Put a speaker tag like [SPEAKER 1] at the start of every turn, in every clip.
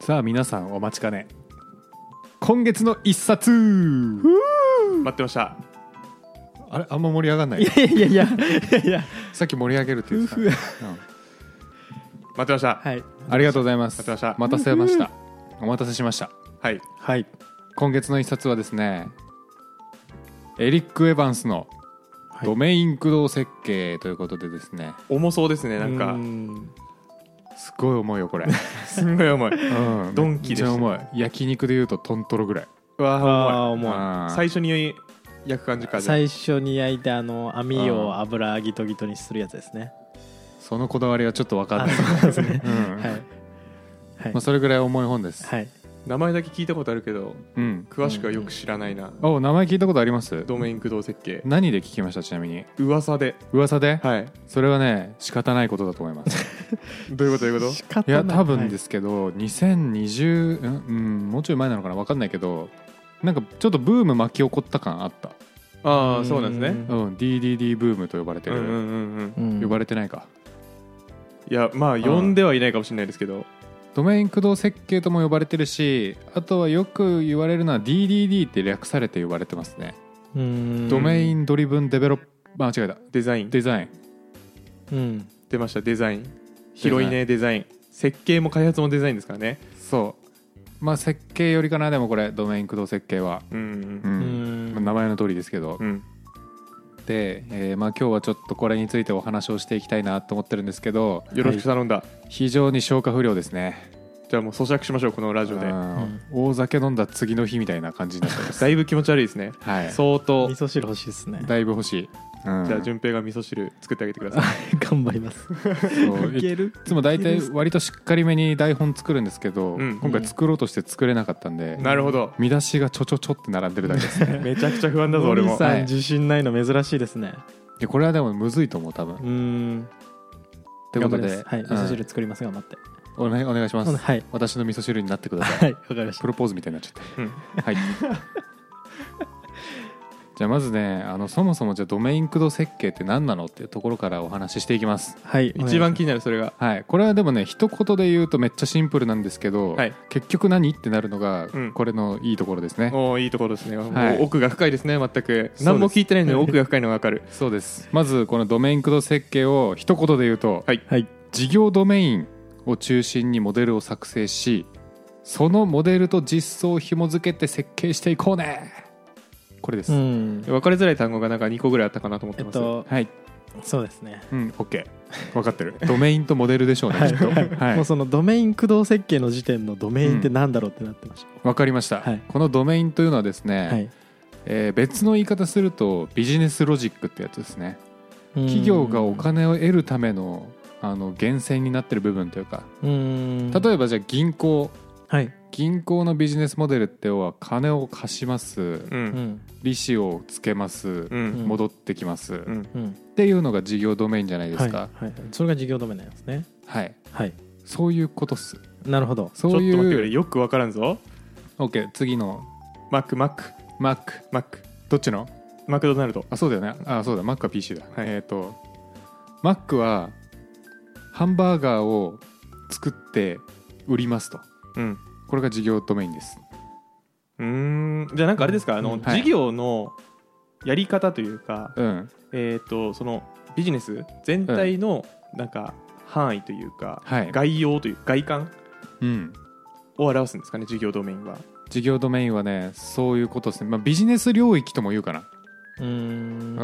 [SPEAKER 1] さあ皆さんお待ちかね今月の一冊
[SPEAKER 2] 待ってました
[SPEAKER 1] あれあんま盛り上がんないい
[SPEAKER 3] やいやいやいやいや
[SPEAKER 1] さっき盛り上げるって言ってた、
[SPEAKER 3] うふ
[SPEAKER 1] うん
[SPEAKER 2] 待ってました
[SPEAKER 3] はい
[SPEAKER 1] ありがとうございます
[SPEAKER 2] 待ってました
[SPEAKER 1] 待たせましたお待たせしました
[SPEAKER 2] はい
[SPEAKER 1] はい今月の一冊はですねエリック・エヴァンスの「ドメイン駆動設計」ということでですね
[SPEAKER 2] 重そうですねなん
[SPEAKER 3] う
[SPEAKER 2] か
[SPEAKER 3] ん
[SPEAKER 1] すごい重いよこ れ、
[SPEAKER 2] すんごい重い
[SPEAKER 1] うん
[SPEAKER 2] ドンキでした
[SPEAKER 1] めっちゃ重い焼肉でいうとトントロぐらいう
[SPEAKER 2] わ
[SPEAKER 3] あ
[SPEAKER 2] あ
[SPEAKER 3] あ
[SPEAKER 2] 重い
[SPEAKER 3] 重い
[SPEAKER 1] あー
[SPEAKER 2] 最初に焼く感じかじゃあ
[SPEAKER 3] 最初に焼いたあの網を油ギトギトにするやつですね
[SPEAKER 1] そのこだわりはちょっと分かんない、
[SPEAKER 3] そうですね
[SPEAKER 1] うん
[SPEAKER 3] はいはい
[SPEAKER 1] まあ、それぐらい重い本です、
[SPEAKER 3] はい
[SPEAKER 2] 名前だけ聞いたことあるけど
[SPEAKER 1] うん
[SPEAKER 2] 詳しくはよく知らないな
[SPEAKER 1] お名前聞いたことあります
[SPEAKER 2] ドメイン駆動設計
[SPEAKER 1] 何で聞きましたちなみに
[SPEAKER 2] 噂で
[SPEAKER 1] 噂で、
[SPEAKER 2] はい
[SPEAKER 1] それはね仕方ないことだと思います
[SPEAKER 2] どういうことどういうこ
[SPEAKER 3] 仕方
[SPEAKER 1] いや多分ですすけど、2020うん、うん、もうちょい前なのかな分かんないけどなんかちょっとブーム巻き起こった感あった、
[SPEAKER 2] とああそうなんですね
[SPEAKER 1] うん、DDD ブームと呼ばれて
[SPEAKER 2] うん
[SPEAKER 1] る、
[SPEAKER 2] うんうんうん
[SPEAKER 1] 呼ばれてないか
[SPEAKER 2] いやまあ呼んではいないかもしれないですけど
[SPEAKER 1] ドメイン駆動設計とも呼ばれてるしあとはよく言われるのは DDD って略されて呼ばれてますね、ド
[SPEAKER 3] ド
[SPEAKER 1] メインドリブンデベロッパーあ違えた
[SPEAKER 2] デザイン
[SPEAKER 1] デザイン
[SPEAKER 3] うん
[SPEAKER 2] 出ましたデザイン広いねデザイン設計も開発もデザインですからね
[SPEAKER 1] そうまあ設計よりかなでもこれドメイン駆動設計は、
[SPEAKER 2] うん
[SPEAKER 1] う
[SPEAKER 3] うんん
[SPEAKER 1] まあ名前の通りですけど、
[SPEAKER 2] うんうん
[SPEAKER 1] で、えーまあ、今日はちょっとこれについてお話をしていきたいなと思ってるんですけど
[SPEAKER 2] よろしく頼んだ
[SPEAKER 1] 非常に消化不良ですね
[SPEAKER 2] じゃあもう咀嚼しましょうこのラジオで
[SPEAKER 1] うん大酒飲んだ次の日みたいな感じになってます
[SPEAKER 2] だいぶ気持ち悪いですね
[SPEAKER 1] はい
[SPEAKER 2] 相当
[SPEAKER 3] 味噌汁欲しいですね
[SPEAKER 1] だいぶ欲しい、うん
[SPEAKER 2] じゃあ順平が味噌汁作ってあげてください
[SPEAKER 3] 頑張 ります
[SPEAKER 1] そう
[SPEAKER 3] い
[SPEAKER 1] い
[SPEAKER 3] ける
[SPEAKER 1] つも大体割としっかりめに台本作るんですけど、
[SPEAKER 2] うん
[SPEAKER 1] 今回作ろうとして作れなかったんで、
[SPEAKER 2] なるほど
[SPEAKER 1] 見出しがちょちょちょって並んでるだけですね
[SPEAKER 2] めちゃくちゃ不安だぞ俺
[SPEAKER 3] 森
[SPEAKER 2] も
[SPEAKER 3] さ
[SPEAKER 1] は
[SPEAKER 3] ん
[SPEAKER 1] い
[SPEAKER 3] 自信ないの珍しいですね
[SPEAKER 1] でこれはでもむずいと思う多分、
[SPEAKER 3] う
[SPEAKER 1] っ
[SPEAKER 3] ーん
[SPEAKER 1] てこと
[SPEAKER 3] 頑張り
[SPEAKER 1] で、
[SPEAKER 3] ますはい
[SPEAKER 1] うん
[SPEAKER 3] 味噌汁作ります頑張って
[SPEAKER 1] お願いお願いします、
[SPEAKER 3] はい
[SPEAKER 1] 私の味噌汁になってください
[SPEAKER 3] はいわかりました
[SPEAKER 1] プロポーズみたいになっちゃ
[SPEAKER 2] うん
[SPEAKER 1] ってはいじゃあまずねあのそもそもじゃあドメイン駆動設計って何なのっていうところからお話ししていきます
[SPEAKER 3] はい
[SPEAKER 2] 一番気
[SPEAKER 3] き
[SPEAKER 2] になるそれが
[SPEAKER 1] はいこれはでもね一言で言うとめっちゃシンプルなんですけど、
[SPEAKER 2] はい
[SPEAKER 1] 結局何ってなるのが
[SPEAKER 2] うん
[SPEAKER 1] これのいいところですね、
[SPEAKER 2] おーいいところですね、もう
[SPEAKER 1] はい
[SPEAKER 2] 奥が深いですね全く何も聞いてないのに奥が深いのが分かる
[SPEAKER 1] そうですまずこのドメイン駆動設計を一言で言うと、
[SPEAKER 2] はい
[SPEAKER 3] はい
[SPEAKER 1] 事業ドメインを中心にモデルを作成しそのモデルと実装を紐付けて設計していこうねこれです、
[SPEAKER 3] うん
[SPEAKER 2] 分かりづらい単語がなんか2個ぐらいあったかなと思っ
[SPEAKER 3] え
[SPEAKER 2] て
[SPEAKER 3] っ
[SPEAKER 2] ます、
[SPEAKER 3] と
[SPEAKER 1] はい
[SPEAKER 3] そうですね
[SPEAKER 1] うん、オッケー。分かってる。 ドメインとモデルでしょうね、きっと。は
[SPEAKER 3] もう
[SPEAKER 1] い。
[SPEAKER 3] そのドメイン駆動設計の時点のドメインってなんだろうってなってまし
[SPEAKER 1] わかりました
[SPEAKER 3] はい。
[SPEAKER 1] このドメインというのはです
[SPEAKER 3] たは
[SPEAKER 1] ね、
[SPEAKER 3] い
[SPEAKER 1] えー別の言い方するとビジネスロジックってやつですね。企業がお金を得るためのあの源泉になってる部分というか、
[SPEAKER 3] うん
[SPEAKER 1] 例えばじゃあ銀行。
[SPEAKER 3] はい
[SPEAKER 1] 銀行のビジネスモデルって要は金を貸します、
[SPEAKER 2] う
[SPEAKER 3] うんん
[SPEAKER 1] 利子をつけます、
[SPEAKER 2] うん
[SPEAKER 1] 戻ってきます、
[SPEAKER 2] うん
[SPEAKER 3] うん
[SPEAKER 1] っていうのが事業ドメインじゃないで
[SPEAKER 3] は
[SPEAKER 1] す
[SPEAKER 3] い
[SPEAKER 1] か。
[SPEAKER 3] はいそれが事業ドメインなんですね
[SPEAKER 1] はい。
[SPEAKER 3] はい
[SPEAKER 1] そういうことっす。
[SPEAKER 3] なるほど
[SPEAKER 1] そう
[SPEAKER 2] ちょっと待ってくれ
[SPEAKER 1] いう。
[SPEAKER 2] よく分からんぞ
[SPEAKER 1] オッケー。次の
[SPEAKER 2] マックマック
[SPEAKER 1] マック。
[SPEAKER 2] マック
[SPEAKER 1] どっちの？
[SPEAKER 2] マクドナルド
[SPEAKER 1] あそうだよねあそうだ Mac は PC だ、
[SPEAKER 2] はい
[SPEAKER 1] えっ、と Mac はハンバーガーを作って売りますと
[SPEAKER 2] うん
[SPEAKER 1] これが事業ドメインです
[SPEAKER 2] うーんじゃあなんかあれですかあの、
[SPEAKER 1] うんはい
[SPEAKER 2] 事業のやり方というか、
[SPEAKER 1] うん
[SPEAKER 2] えっ、とそのビジネス全体のなんか範囲というか、
[SPEAKER 1] はい、
[SPEAKER 2] 概要という外観
[SPEAKER 1] うん、
[SPEAKER 2] を表すんですかね事業ドメインは
[SPEAKER 1] 事業ドメインはねそういうことですね、まあ、ビジネス領域とも言うかな、
[SPEAKER 3] うー
[SPEAKER 1] う
[SPEAKER 3] ん
[SPEAKER 1] ん、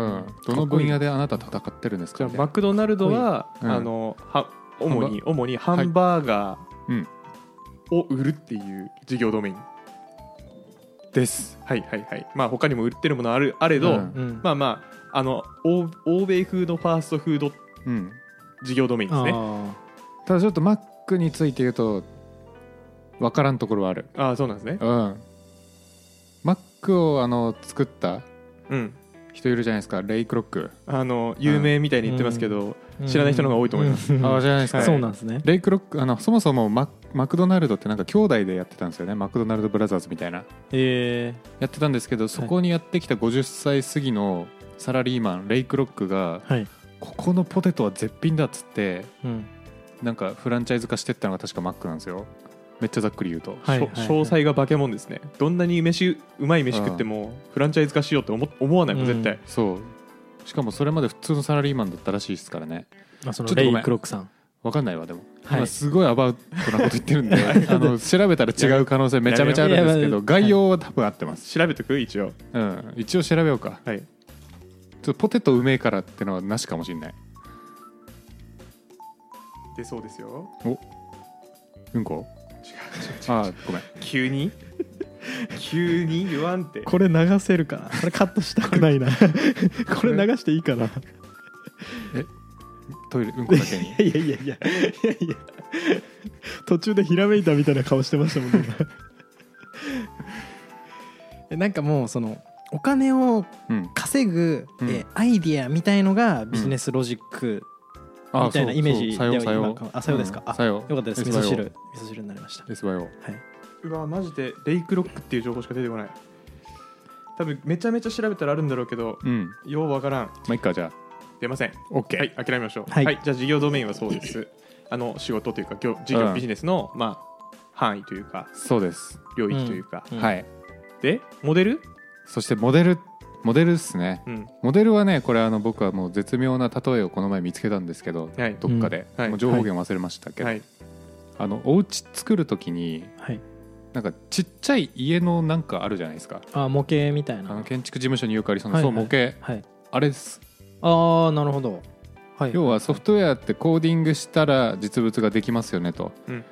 [SPEAKER 1] どの分野であなた戦ってるんです
[SPEAKER 2] じ
[SPEAKER 1] か
[SPEAKER 2] ゃあ
[SPEAKER 1] みたい
[SPEAKER 2] マ
[SPEAKER 1] な
[SPEAKER 2] クドナルドは、
[SPEAKER 1] うん
[SPEAKER 2] あのは主に主にハンバーガ
[SPEAKER 1] うん
[SPEAKER 2] ーを売るっていう事業ドメイン
[SPEAKER 1] です
[SPEAKER 2] はいはいはいまあ他にも売ってるものあるあれど、
[SPEAKER 1] うん
[SPEAKER 3] うん
[SPEAKER 2] まあまああの欧欧米風のファーストフード
[SPEAKER 1] うん
[SPEAKER 2] 事業ドメインですね
[SPEAKER 3] あ
[SPEAKER 1] ただちょっと Mac について言うと分からんところはある
[SPEAKER 2] ああーそうなんですね
[SPEAKER 1] うん Mac をあの作った
[SPEAKER 2] うん
[SPEAKER 1] 人いるじゃないですかレイ・クロック、
[SPEAKER 2] あの有名みたいに言ってますけど、
[SPEAKER 3] ー
[SPEAKER 2] 知らない人の方が多いと思います
[SPEAKER 3] うん
[SPEAKER 1] ああじゃないですか、
[SPEAKER 2] はい
[SPEAKER 3] そうなんですね
[SPEAKER 1] レイクロックあのそもそもママクドナルドってなんか兄弟でやってたんですよねマクドナルドブラザーズみたいな
[SPEAKER 3] え
[SPEAKER 1] やってたんですけどそこにやってきた50歳過ぎのサラリーマンレイクロックが
[SPEAKER 3] ーはい
[SPEAKER 1] ここのポテトは絶品だっつって
[SPEAKER 3] うん
[SPEAKER 1] なんかフランチャイズ化してったのが確かマックなんですよめっちゃざっくり言うと
[SPEAKER 3] はいはいはい
[SPEAKER 2] しょ詳細が化け物ですねどんなに飯うまい飯食ってもフランチャイズ化しようって思思わないもん絶対、
[SPEAKER 1] そうしかもそれまで普通のサラリーマンだったらしいですからね
[SPEAKER 3] まあ、そ
[SPEAKER 1] ちょっと
[SPEAKER 3] のレ
[SPEAKER 1] ごめ
[SPEAKER 3] イ・
[SPEAKER 1] ん
[SPEAKER 3] クロックさん
[SPEAKER 1] わかんないわでも、
[SPEAKER 3] はい
[SPEAKER 1] 今すごいアバウトなこと言ってる んであの調べたら違う可能性めちゃめちゃあるんですけ
[SPEAKER 3] いやいや
[SPEAKER 1] ど
[SPEAKER 3] いや
[SPEAKER 1] 概要は多分合ってます、
[SPEAKER 2] 調べとく一応
[SPEAKER 1] うん、一応調べようか
[SPEAKER 2] はい
[SPEAKER 1] ちょっとポテトうめえからってのはなしかもしんない
[SPEAKER 2] 出そうですよ
[SPEAKER 1] うんこ
[SPEAKER 2] 違
[SPEAKER 1] あーごめん
[SPEAKER 2] 急に 急に言わんって
[SPEAKER 3] これ流せるかなこれカットした くないなこれ流していいかな
[SPEAKER 1] トイレうんこだけ に
[SPEAKER 3] いやいやいやいやいや途中でひらめいたみたいな顔してましたもんね 今なんかもうそのお金を
[SPEAKER 1] うん
[SPEAKER 3] 稼ぐ、
[SPEAKER 1] うん
[SPEAKER 3] えーアイディアみたいのがビジネスロジック
[SPEAKER 1] あー
[SPEAKER 3] みたいな
[SPEAKER 1] そう
[SPEAKER 3] イメージ
[SPEAKER 1] そう
[SPEAKER 3] では
[SPEAKER 1] さよさ
[SPEAKER 3] 今
[SPEAKER 1] よ
[SPEAKER 3] かあさよですか
[SPEAKER 1] うん
[SPEAKER 3] あ
[SPEAKER 1] さよ
[SPEAKER 3] よかったです味
[SPEAKER 1] SYO
[SPEAKER 3] 噌汁味噌汁になりました
[SPEAKER 1] SYO
[SPEAKER 2] うわマジでレイクロックっていう情報しか出てこない多分めちゃめちゃ調べたらあるんだろうけど
[SPEAKER 1] うん
[SPEAKER 2] ようわからん
[SPEAKER 1] まあいっかじゃ
[SPEAKER 2] 出ません
[SPEAKER 1] あ OK、
[SPEAKER 2] はい諦めましょう
[SPEAKER 3] は
[SPEAKER 2] はいい、じゃあ事業ドメインはそうですあの仕事というか業事
[SPEAKER 1] うん
[SPEAKER 2] 業ビジネスの、まあ範囲というか
[SPEAKER 1] そうです、
[SPEAKER 2] 領域というか、
[SPEAKER 3] うん
[SPEAKER 1] はい
[SPEAKER 2] でモデル、
[SPEAKER 1] そしてモデルモデルっすね
[SPEAKER 2] うん、
[SPEAKER 1] モデルはねこれあの僕はもう絶妙な例えをこの前見つけたんですけど
[SPEAKER 2] はい
[SPEAKER 1] どっかで、
[SPEAKER 2] うんはい
[SPEAKER 1] もう情報源忘れましたけど、
[SPEAKER 2] はい
[SPEAKER 1] あのお家作る時に
[SPEAKER 3] はい
[SPEAKER 1] なんかちっちゃい家のなんかあるじゃないですか
[SPEAKER 3] あ模型みたい
[SPEAKER 1] あの
[SPEAKER 3] な
[SPEAKER 1] 建築事務所によくありそうな、
[SPEAKER 3] はいはい
[SPEAKER 1] そう模型
[SPEAKER 3] はい
[SPEAKER 1] あれです
[SPEAKER 3] ああなるほど はい
[SPEAKER 1] 要はソフトウェアってコーディングしたら実物ができますよねと、
[SPEAKER 3] うん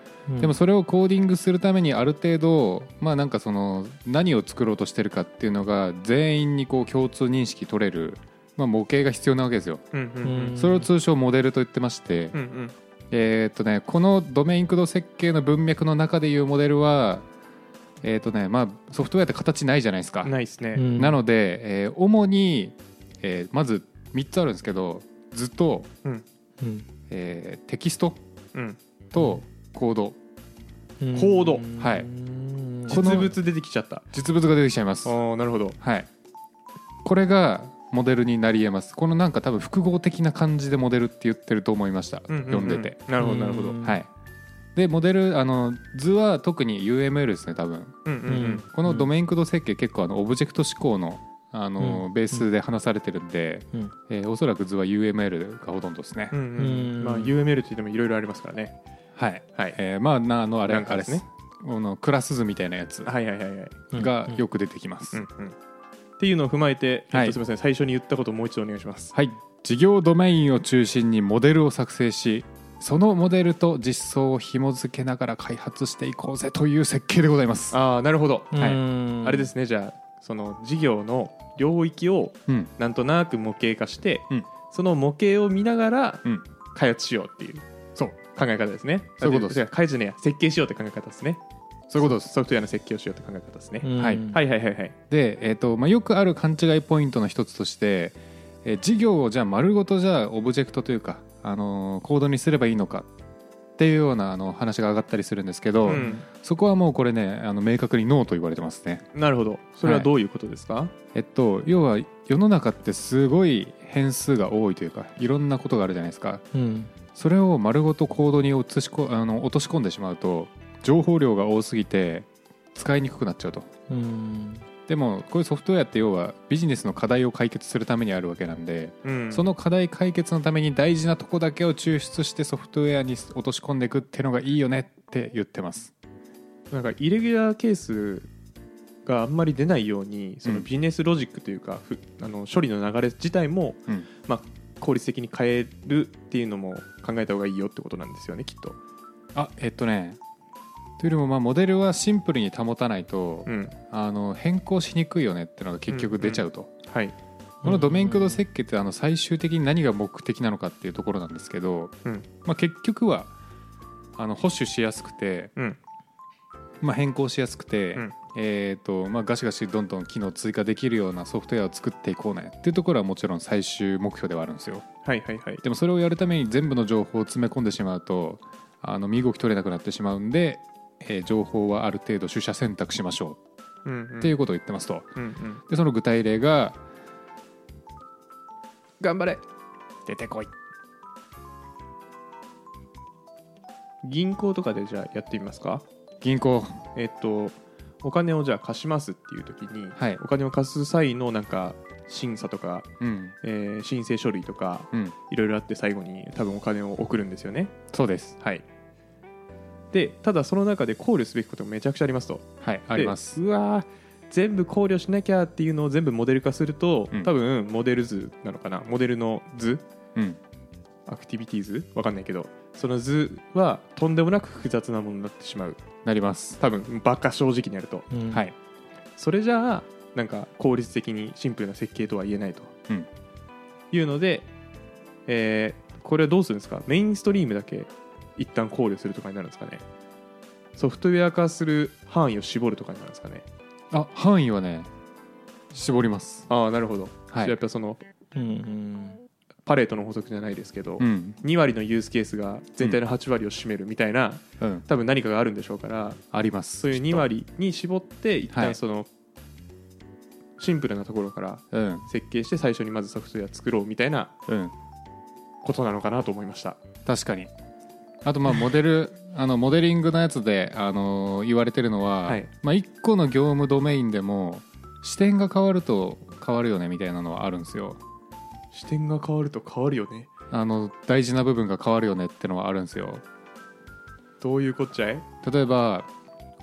[SPEAKER 1] でもそれをコーディングするためにある程度まあなんかその何を作ろうとしてるかっていうのが全員にこう共通認識取れる、まあ、模型が必要なわけですよ、
[SPEAKER 2] うんうんうん
[SPEAKER 1] それを通称モデルと言ってまして、
[SPEAKER 2] うんうん
[SPEAKER 1] えーっとねこのドメイン駆動設計の文脈の中でいうモデルはえーっとねまあソフトウェアって形ないじゃないですか
[SPEAKER 2] ないですね、
[SPEAKER 1] なので、えー主に、えーまず3つあるんですけど図と、
[SPEAKER 3] うん
[SPEAKER 1] えーテキスト
[SPEAKER 2] うん、
[SPEAKER 1] とコード
[SPEAKER 3] うん
[SPEAKER 2] コード
[SPEAKER 1] はい
[SPEAKER 3] うん
[SPEAKER 1] この
[SPEAKER 2] 実物出てきちゃった
[SPEAKER 1] 実物が出てきちゃいます、
[SPEAKER 2] ああなるほど
[SPEAKER 1] はい、これがモデルになりえますこのなんか多分複合的な感じでモデルって言ってると思いました、
[SPEAKER 2] うんうんうん
[SPEAKER 1] 読んでて、
[SPEAKER 2] なるほどなるほど
[SPEAKER 3] う
[SPEAKER 2] うんん
[SPEAKER 1] はいでモデルあの図は特に UML ですね多分
[SPEAKER 2] うんうん
[SPEAKER 1] このドメイン駆動設計結構あのオブジェクト思考のあの、
[SPEAKER 3] うん
[SPEAKER 1] ベースで話されてるんで、
[SPEAKER 3] うん
[SPEAKER 1] えーおそらく図は UML がほとんどですね、
[SPEAKER 2] うんうんうん
[SPEAKER 3] うん
[SPEAKER 2] まあ UML といってもいろいろありますからね
[SPEAKER 1] はい、
[SPEAKER 2] はい
[SPEAKER 1] えーまあなあのあれ
[SPEAKER 2] なんか
[SPEAKER 1] あれ
[SPEAKER 2] で
[SPEAKER 1] ですす
[SPEAKER 2] ね
[SPEAKER 1] ねこのクラス図みたいなやつ
[SPEAKER 2] はいはいはいはい、
[SPEAKER 1] が
[SPEAKER 3] うん
[SPEAKER 1] よく出てきます、
[SPEAKER 2] うんうん、っていうのを踏まえて、
[SPEAKER 1] はい
[SPEAKER 2] えっとすみません最初に言ったことをもう一度お願いします
[SPEAKER 1] はい事業ドメインを中心にモデルを作成しそのモデルと実装を紐付けながら開発していこうぜという設計でございます
[SPEAKER 2] ああなるほど、
[SPEAKER 1] はい
[SPEAKER 3] うん
[SPEAKER 2] あれですねじゃあその事業の領域を
[SPEAKER 1] うん
[SPEAKER 2] なんとなく模型化して、
[SPEAKER 1] うん
[SPEAKER 2] その模型を見ながら
[SPEAKER 1] うん
[SPEAKER 2] 開発しようっていう
[SPEAKER 1] そう
[SPEAKER 2] 考え方ですね
[SPEAKER 1] そういうことです
[SPEAKER 2] じゃあ開発じゃねえや設計しようって考え方ですね
[SPEAKER 1] そういうことです
[SPEAKER 2] ソフトウェアの設計をしようって考え方ですね、
[SPEAKER 3] うん
[SPEAKER 1] はい
[SPEAKER 2] はいはいはいはい
[SPEAKER 1] で、えーとまあ、よくある勘違いポイントの一つとして、えー事業をじゃあ丸ごとじゃあオブジェクトというか、あのーコードにすればいいのかっていうようなあの話が上がったりするんですけど、
[SPEAKER 2] うん
[SPEAKER 1] そこはもうこれねあの明確にノーと言われてますね。
[SPEAKER 2] なるほどそれはどういうことですか、
[SPEAKER 1] えっと、要は世の中ってすごい変数が多いというかいろんなことがあるじゃないですか
[SPEAKER 3] うん
[SPEAKER 1] それを丸ごとコードに移しこあの落とし込んでしまうと情報量が多すぎて使いにくくなっちゃうと
[SPEAKER 3] うん
[SPEAKER 1] でもこういうソフトウェアって要はビジネスの課題を解決するためにあるわけなんで、
[SPEAKER 2] うん
[SPEAKER 1] その課題解決のために大事なとこだけを抽出してソフトウェアに落とし込んでいくってのがいいよねって言ってます
[SPEAKER 2] なんかイレギュラーケースがあんまり出ないようにそのビジネスロジックというか、ふあの処理の流れ自体も、
[SPEAKER 1] うん
[SPEAKER 2] まあ、効率的に変えるっていうのも考えた方がいいよってことなんですよねきっと。
[SPEAKER 1] あえっとねというよりもまあモデルはシンプルに保たないと、
[SPEAKER 2] うん
[SPEAKER 1] あの変更しにくいよねってのが結局出ちゃうと、
[SPEAKER 2] はい
[SPEAKER 1] このドメイン駆動設計ってあの最終的に何が目的なのかっていうところなんですけど、
[SPEAKER 2] うん
[SPEAKER 1] まあ、結局はあの保守しやすくて、
[SPEAKER 2] うん
[SPEAKER 1] まあ、変更しやすくて、
[SPEAKER 2] うん
[SPEAKER 1] えーとまあ、ガシガシどんどん機能追加できるようなソフトウェアを作っていこうねっていうところはもちろん最終目標ではあるんですよ
[SPEAKER 2] はいはいはい
[SPEAKER 1] でもそれをやるために全部の情報を詰め込んでしまうとあの身動き取れなくなってしまうんで、えー情報はある程度取捨選択しましょ
[SPEAKER 2] うんう
[SPEAKER 1] うんっていうことを言ってますと、
[SPEAKER 2] うんうん
[SPEAKER 1] でその具体例が
[SPEAKER 2] 頑張れ
[SPEAKER 1] 出てこい
[SPEAKER 2] 銀行とかでじゃあやってみますか
[SPEAKER 1] 銀行
[SPEAKER 2] えっとお金をじゃあ貸しますっていう時に、
[SPEAKER 1] はい
[SPEAKER 2] お金を貸す際のなんか審査とか、
[SPEAKER 1] うん
[SPEAKER 2] えー申請書類とか
[SPEAKER 1] うん
[SPEAKER 2] いろいろあって最後に多分お金を送るんですよね
[SPEAKER 1] そうです
[SPEAKER 2] はいでただその中で考慮すべきことがめちゃくちゃありますと
[SPEAKER 1] はいあります
[SPEAKER 2] でうわー全部考慮しなきゃっていうのを全部モデル化すると、
[SPEAKER 1] うん
[SPEAKER 2] 多分モデル図なのかなモデルの図
[SPEAKER 1] うん
[SPEAKER 2] アクティビティ図わかんないけどその図はとんでもなく複雑なものになってしまう
[SPEAKER 1] なります
[SPEAKER 2] 多分バカ正直にやると
[SPEAKER 3] うん
[SPEAKER 1] はい
[SPEAKER 2] それじゃあなんか効率的にシンプルな設計とは言えないと、
[SPEAKER 1] うん
[SPEAKER 2] いうので、えーこれはどうするんですかメインストリームだけ一旦考慮するとかになるんですかねソフトウェア化する範囲を絞るとかになるんですかね
[SPEAKER 1] あ範囲はね絞ります
[SPEAKER 2] ああなるほど、
[SPEAKER 1] はい
[SPEAKER 2] じゃあやっぱその
[SPEAKER 3] うん
[SPEAKER 2] パレートの法則じゃないですけど、
[SPEAKER 1] うん
[SPEAKER 2] 2割のユースケースが全体の8割を占めるみたいな、
[SPEAKER 1] うん
[SPEAKER 2] 多分何かがあるんでしょうから
[SPEAKER 1] あります
[SPEAKER 2] そういう2割に絞って一
[SPEAKER 1] は
[SPEAKER 2] 旦
[SPEAKER 1] い
[SPEAKER 2] その、シンプルなところから
[SPEAKER 1] うん
[SPEAKER 2] 設計して最初にまずソフトウェア作ろうみたいな
[SPEAKER 1] うん
[SPEAKER 2] ことなのかなと思いました
[SPEAKER 1] 確かにあ とまあモデルあのモデリングのやつで、あのー言われてるのは、
[SPEAKER 2] はい
[SPEAKER 1] まあ、1個の業務ドメインでも視点が変わると変わるよねみたいなのはあるんですよ
[SPEAKER 2] 視点が変わると変わるよね
[SPEAKER 1] あの大事な部分が変わるよねってのはあるんですよ
[SPEAKER 2] どういうこっちゃい
[SPEAKER 1] 例えば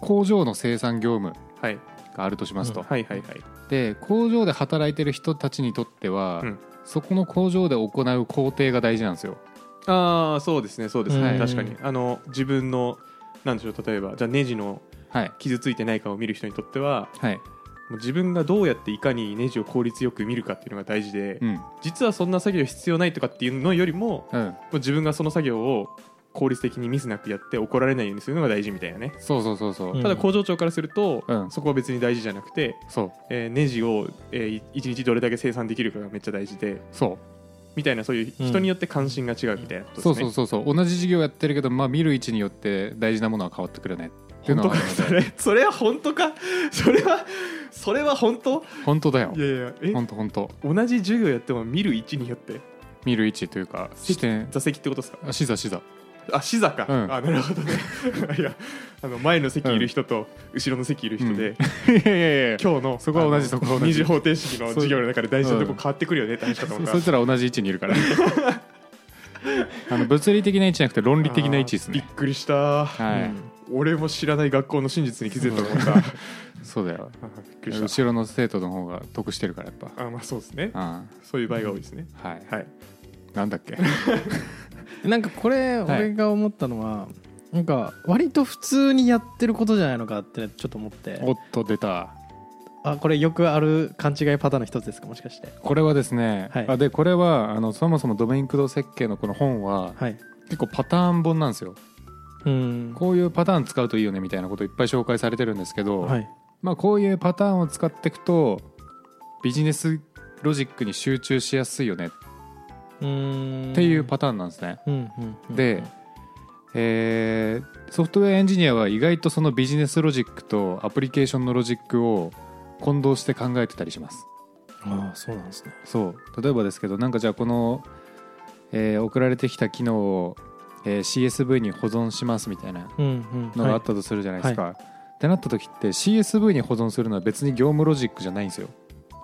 [SPEAKER 1] 工場の生産業務
[SPEAKER 2] はい
[SPEAKER 1] があるとしますと、
[SPEAKER 2] はいはいはい
[SPEAKER 1] で工場で働いてる人たちにとっては、
[SPEAKER 2] うん
[SPEAKER 1] そこの工場で行う工程が大事なんですよ
[SPEAKER 2] ああそうですねそうですね、
[SPEAKER 1] はい
[SPEAKER 2] 確かにあの自分のなんでしょう例えばじゃあネジの
[SPEAKER 1] はい
[SPEAKER 2] 傷ついてないかを見る人にとっては
[SPEAKER 1] はい
[SPEAKER 2] もう自分がどうやっていかにネジを効率よく見るかっていうのが大事で、
[SPEAKER 1] うん
[SPEAKER 2] 実はそんな作業必要ないとかっていうのよりも
[SPEAKER 1] うん
[SPEAKER 2] もう自分がその作業を効率的にミスなくやって怒られないようにするのが大事みたいなね、
[SPEAKER 1] そうそうそうそう、
[SPEAKER 3] うん
[SPEAKER 2] ただ工場長からすると、
[SPEAKER 1] うん
[SPEAKER 2] そこは別に大事じゃなくて、
[SPEAKER 1] そう
[SPEAKER 2] えーネジを、え1日どれだけ生産できるかがめっちゃ大事で
[SPEAKER 1] そう
[SPEAKER 2] みたいなそういう人によって関心が違うみたいなことですね、
[SPEAKER 1] そうそうそうそう同じ事業やってるけど、まあ、見る位置によって大事なものは変わってくるねっていうの
[SPEAKER 2] 本当
[SPEAKER 1] はあ
[SPEAKER 2] か
[SPEAKER 1] るので
[SPEAKER 2] それそれは本当かそれはそれは本当
[SPEAKER 1] 本当だよ
[SPEAKER 2] いやいやえ
[SPEAKER 1] 本当本当
[SPEAKER 2] 同じ授業やっても見る位置によって
[SPEAKER 1] 見る位置というか視点
[SPEAKER 2] 座席ってことですか
[SPEAKER 1] あ視座視座
[SPEAKER 2] あ視座か、
[SPEAKER 1] うん
[SPEAKER 2] あなるほどねいやあの前の席いる人と後ろの席いる人で、
[SPEAKER 1] うんいやいやいや
[SPEAKER 2] 今日の
[SPEAKER 1] そこは同じ
[SPEAKER 2] あ
[SPEAKER 1] そ
[SPEAKER 2] の
[SPEAKER 1] こは同じ
[SPEAKER 2] 二次方程式の授業の中で大事なとこ変わってくるよねって話かと思った
[SPEAKER 1] そいつら同じ位置にいるから あの物理的な位置じゃなくて論理的な位置です
[SPEAKER 2] あ
[SPEAKER 1] ね
[SPEAKER 2] ーびっくりした、
[SPEAKER 1] はい、
[SPEAKER 2] 俺も知らない学校の真実に気づいたと思ったあ
[SPEAKER 1] そうだよ
[SPEAKER 2] ーびっくりし
[SPEAKER 1] 後ろの生徒の方が得してるからやっぱ
[SPEAKER 2] たあーまあそうですね
[SPEAKER 1] あ
[SPEAKER 2] そういう場合が多いですね、
[SPEAKER 1] あはい
[SPEAKER 2] はい
[SPEAKER 1] なんだっけ
[SPEAKER 3] なんかこれ
[SPEAKER 1] はい
[SPEAKER 3] 俺が思ったのは、なんか割と普通にやってることじゃないのかってちょっと思って
[SPEAKER 1] おっと出た
[SPEAKER 3] あこれよくある勘違いパターンの一つですかもしかして
[SPEAKER 1] これはですね、
[SPEAKER 3] はい
[SPEAKER 1] あでこれはあのそもそもドメイン駆動設計のこの本は
[SPEAKER 3] はい
[SPEAKER 1] 結構パターン本なんですよ
[SPEAKER 3] うん
[SPEAKER 1] こういうパターン使うといいよねみたいなこといっぱい紹介されてるんですけど、
[SPEAKER 3] はい
[SPEAKER 1] まあ、こういうパターンを使っていくとビジネスロジックに集中しやすいよね
[SPEAKER 3] うん
[SPEAKER 1] っていうパターンなんですね。
[SPEAKER 3] うんうんうん
[SPEAKER 1] で、えーソフトウェアエンジニアは意外とそのビジネスロジックとアプリケーションのロジックを混同して考えてたりします。
[SPEAKER 3] ああそうなんですね
[SPEAKER 1] そう例えばですけどなんかじゃあこの、えー送られてきた機能を、えー CSV に保存しますみたいな
[SPEAKER 3] うんうん
[SPEAKER 1] のが
[SPEAKER 3] はい
[SPEAKER 1] あったとするじゃないですか。ってなった時って CSV に保存するのは別に業務ロジックじゃないんですよ。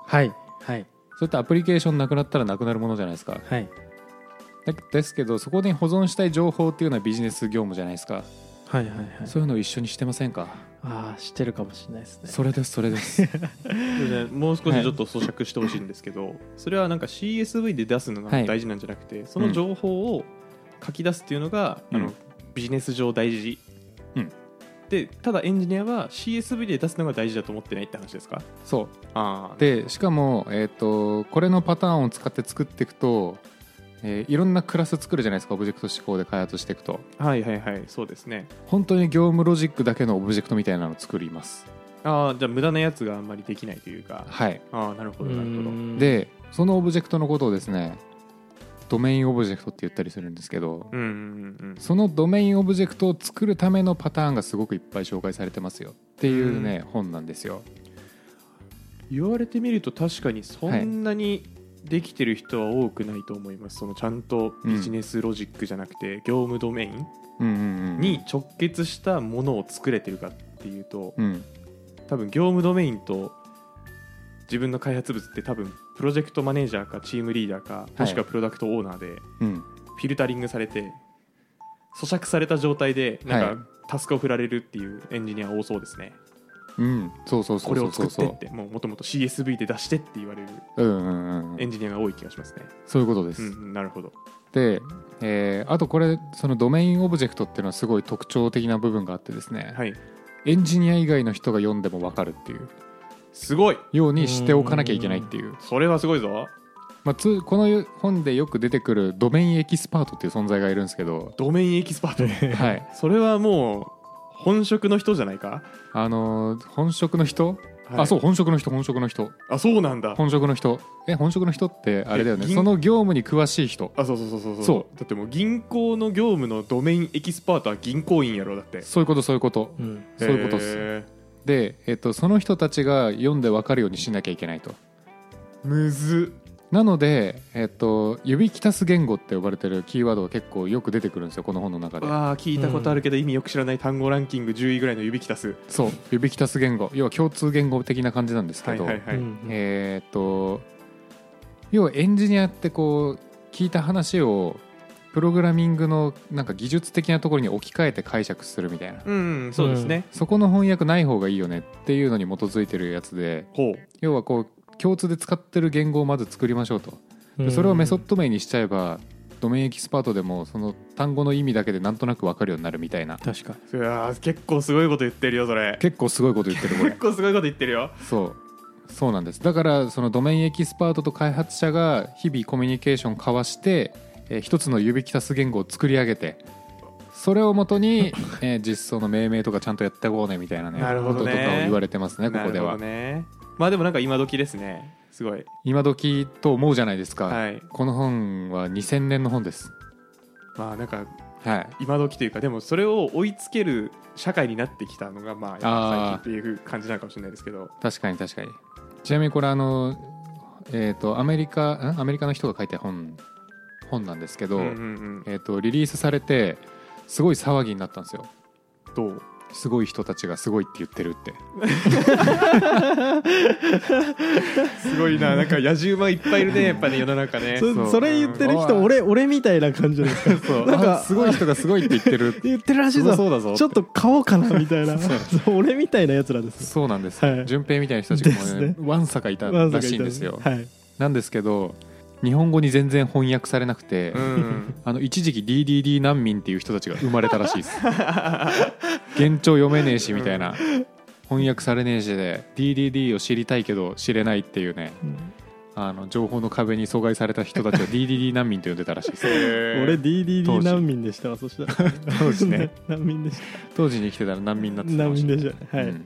[SPEAKER 3] はいはい
[SPEAKER 1] それってアプリケーションなくなったらなくなるものじゃないですか。
[SPEAKER 3] はい
[SPEAKER 1] だですけどそこに保存したい情報っていうのはビジネス業務じゃないですか。
[SPEAKER 3] はいはいはい
[SPEAKER 1] そういうのを一緒にしてませんか。
[SPEAKER 3] ああしてるかもしれないですね
[SPEAKER 1] それですそれ です。
[SPEAKER 2] でねもう少しちょっと咀嚼してほしいんですけど、それはなんか CSV で出すのが
[SPEAKER 1] はい
[SPEAKER 2] 大事なんじゃなくて、その情報を書き出すっていうのが、
[SPEAKER 1] うん
[SPEAKER 2] あのビジネス上大事、
[SPEAKER 1] うん
[SPEAKER 2] でただエンジニアは CSV で出すのが大事だと思ってないって話ですか
[SPEAKER 1] そ
[SPEAKER 2] あ
[SPEAKER 1] う
[SPEAKER 2] で
[SPEAKER 1] でしかもえっ、とこれのパターンを使って作っていくと、えーいろんなクラス作るじゃないですかオブジェクト指向で開発していくと
[SPEAKER 2] はいはいはいそうですね
[SPEAKER 1] 本当に業務ロジックだけのオブジェクトみたいなのを作ります。
[SPEAKER 2] ああじゃあ無駄なやつがあんまりできないというか
[SPEAKER 1] はい。
[SPEAKER 2] ああなるほどなるほど
[SPEAKER 3] ど
[SPEAKER 1] でそのオブジェクトのことをですねドメインオブジェクトって言ったりするんですけど。
[SPEAKER 2] うんうんうん
[SPEAKER 1] そのドメインオブジェクトを作るためのパターンがすごくいっぱい紹介されてますよっていうね、本なんですよ。
[SPEAKER 2] 言われてみると確かにそんなにできてる人は多くないと思います、そのちゃんとビジネスロジックじゃなくて業務ドメイン
[SPEAKER 1] うんうんうん
[SPEAKER 2] に直結したものを作れてるかっていうと
[SPEAKER 1] うん
[SPEAKER 2] 多分業務ドメインと自分の開発物って多分プロジェクトマネージャーかチームリーダーかもしくはプロダクトオーナーで
[SPEAKER 1] うん
[SPEAKER 2] フィルタリングされて咀嚼された状態でな
[SPEAKER 1] は
[SPEAKER 2] ん
[SPEAKER 1] い
[SPEAKER 2] かタスクを振られるっていうエンジニア多そうですね、
[SPEAKER 1] うんそうそうそ
[SPEAKER 2] こ
[SPEAKER 1] う
[SPEAKER 2] れ
[SPEAKER 1] そ
[SPEAKER 2] を
[SPEAKER 1] うそ
[SPEAKER 2] 作
[SPEAKER 1] う
[SPEAKER 2] ってってもうもともと CSV で出してって言われる
[SPEAKER 1] うんうんうんうん
[SPEAKER 2] エンジニアが多い気がしますね、
[SPEAKER 1] そういうことで
[SPEAKER 2] う
[SPEAKER 1] す、
[SPEAKER 2] んうん、なるほど
[SPEAKER 1] で、えーあとこれそのドメインオブジェクトっていうのはすごい特徴的な部分があってですね、
[SPEAKER 2] はい
[SPEAKER 1] エンジニア以外の人が読んでも分かるっていう
[SPEAKER 2] すごい
[SPEAKER 1] ようにしておかなきゃいけないっていう
[SPEAKER 2] それはすごいぞ
[SPEAKER 1] まあ、つこの本でよく出てくるドメインエキスパートっていう存在がいるんですけど
[SPEAKER 2] ドメインエキスパート
[SPEAKER 1] はい
[SPEAKER 2] それはもう本職の人じゃないか、
[SPEAKER 1] あのー本職の人、
[SPEAKER 2] はい
[SPEAKER 1] あそう本職の人本職の人
[SPEAKER 2] あそうなんだ
[SPEAKER 1] 本職の人え本職の人ってあれだよ
[SPEAKER 2] え
[SPEAKER 1] ね
[SPEAKER 2] 銀
[SPEAKER 1] その業務に詳しい人
[SPEAKER 2] あそうそうそうそう
[SPEAKER 1] そ
[SPEAKER 2] だってもう銀行の業務のドメインエキスパートは銀行員やろだって
[SPEAKER 1] そういうことそういうこと
[SPEAKER 3] うん
[SPEAKER 1] そういうことっす
[SPEAKER 2] へ
[SPEAKER 1] で、えっと、その人たちが読んで分かるようにしなきゃいけないと
[SPEAKER 2] ーむずっ
[SPEAKER 1] なので、えっと、指きたす言語って呼ばれてるキーワードが結構よく出てくるんですよこの本の中で
[SPEAKER 2] わあ聞いたことあるけど意味よく知らない単語ランキング10位ぐらいの指きたす
[SPEAKER 1] そう指きたす言語要は共通言語的な感じなんですけ
[SPEAKER 2] はい
[SPEAKER 1] ど、
[SPEAKER 2] はいはい、
[SPEAKER 3] うん
[SPEAKER 1] えーっと要はエンジニアってこう聞いた話をプログラミングのなんか技術的なところに置き換えて解釈するみたいな、
[SPEAKER 2] うん、うん、そうですね、
[SPEAKER 1] そこの翻訳ない方がいいよねっていうのに基づいてるやつで
[SPEAKER 2] ほう
[SPEAKER 1] 要はこう共通で使ってる言語をまず作りましょうとでそれをメソッド名にしちゃえばドメインエキスパートでもその単語の意味だけでなんとなく分かるようになるみたいな
[SPEAKER 3] 確かに
[SPEAKER 2] うわー結構すごいこと言ってるよそれ
[SPEAKER 1] 結構すごいこと言ってるこれ
[SPEAKER 2] 結構すごいこと言ってるよ
[SPEAKER 1] そうそうなんですだからそのドメインエキスパートと開発者が日々コミュニケーション交わして、えー一つの指きたす言語を作り上げてそれをもと に、えー実装の命名とかちゃんとやっていこうねみたいなね
[SPEAKER 2] なるほどね
[SPEAKER 1] こととかを言われてますねこ
[SPEAKER 2] な
[SPEAKER 1] こ
[SPEAKER 2] る
[SPEAKER 1] で
[SPEAKER 2] ほ
[SPEAKER 1] は、
[SPEAKER 2] どねまあでもなんか今時ですねすごい
[SPEAKER 1] 今時と思うじゃないですか、
[SPEAKER 2] はい
[SPEAKER 1] この本は2000年の本です
[SPEAKER 2] まあなんか
[SPEAKER 1] はい
[SPEAKER 2] 今時というかでもそれを追いつける社会になってきたのがまあやっぱ
[SPEAKER 1] あー
[SPEAKER 2] 最近っていう感じなのかもしれないですけど
[SPEAKER 1] 確かに確かにちなみにこれあのえっ、とアメリカんアメリカの人が書いた本本なんですけど、
[SPEAKER 2] うんうん
[SPEAKER 1] えー、とリリースされてすごい騒ぎになったんですよ
[SPEAKER 2] うんどう
[SPEAKER 1] すごい人たちがすごいって言ってるって
[SPEAKER 2] すごいななんか野獣馬いっぱい いるねやっぱね世の中ね
[SPEAKER 3] そ それ言ってる人
[SPEAKER 1] うん
[SPEAKER 3] 俺俺みたいな感じですか
[SPEAKER 1] そう
[SPEAKER 3] なんか
[SPEAKER 1] あすごい人がすごいって言ってる
[SPEAKER 3] 言ってるらしいぞ
[SPEAKER 1] そうだぞ
[SPEAKER 3] ちょっと買おうかなみたいなそう 俺みたいなやつらです
[SPEAKER 1] そうなんです、
[SPEAKER 3] はい
[SPEAKER 1] 順平みたいな人たちがもう
[SPEAKER 3] で
[SPEAKER 1] ね
[SPEAKER 3] す
[SPEAKER 1] わんさかいた
[SPEAKER 3] わざ
[SPEAKER 1] ら
[SPEAKER 3] と
[SPEAKER 1] しいん
[SPEAKER 3] 言
[SPEAKER 1] で
[SPEAKER 3] っ
[SPEAKER 1] す
[SPEAKER 3] た
[SPEAKER 1] よ
[SPEAKER 3] はい
[SPEAKER 1] なんですけど日本語に全然翻訳されなくて、
[SPEAKER 2] うん
[SPEAKER 1] あの一時期 DDD 難民っていう人たちが生まれたらしいです現状読めねえしみたいな翻訳されねえしで DDD を知りたいけど知れないっていうねあの情報の壁に阻害された人たちを DDD 難民と呼んでたらしいです
[SPEAKER 3] 俺
[SPEAKER 2] 俺
[SPEAKER 3] DDD
[SPEAKER 1] 当時
[SPEAKER 3] 難民でしたわそしたら
[SPEAKER 1] 当時ね
[SPEAKER 3] 難民でした
[SPEAKER 1] 当時に生きてたら難民になってたか
[SPEAKER 3] 難
[SPEAKER 1] もし
[SPEAKER 3] 民
[SPEAKER 1] れ
[SPEAKER 3] で
[SPEAKER 1] ない
[SPEAKER 3] したは
[SPEAKER 1] う
[SPEAKER 3] い
[SPEAKER 1] ん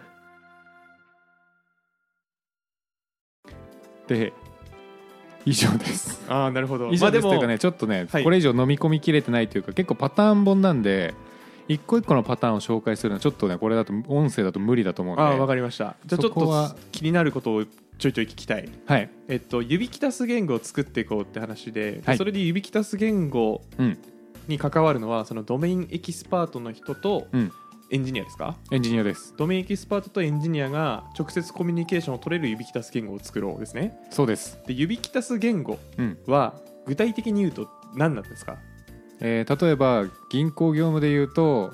[SPEAKER 1] で以上です
[SPEAKER 2] ああなるほど
[SPEAKER 1] 以
[SPEAKER 2] ま
[SPEAKER 1] 上
[SPEAKER 2] あで
[SPEAKER 1] ですという
[SPEAKER 2] も
[SPEAKER 1] かねちょっとね、
[SPEAKER 2] はい
[SPEAKER 1] これ以上飲み込みきれてないというか結構パターン本なんで一個一個のパターンを紹介するのはちょっとねこれだと音声だと無理だと思うんで
[SPEAKER 2] ああわかりましたじゃあちょ
[SPEAKER 1] そ
[SPEAKER 2] っ
[SPEAKER 1] こは
[SPEAKER 2] と気になることをちょいちょい聞きたい
[SPEAKER 1] はい、
[SPEAKER 2] えっと指きたす言語を作っていこうって話で
[SPEAKER 1] はい
[SPEAKER 2] それで指きたす言語
[SPEAKER 1] うん
[SPEAKER 2] に関わるのはそのドメインエキスパートの人と
[SPEAKER 1] うん、
[SPEAKER 2] エンジニアですか
[SPEAKER 1] エンジニアです
[SPEAKER 2] ドメインエキスパートとエンジニアが直接コミュニケーションを取れる指きたす言語を作ろうですね
[SPEAKER 1] そうです、
[SPEAKER 2] で指きたす言語
[SPEAKER 1] うん
[SPEAKER 2] は具体的に言うと何なんですか
[SPEAKER 1] えー例えば銀行業務で言うと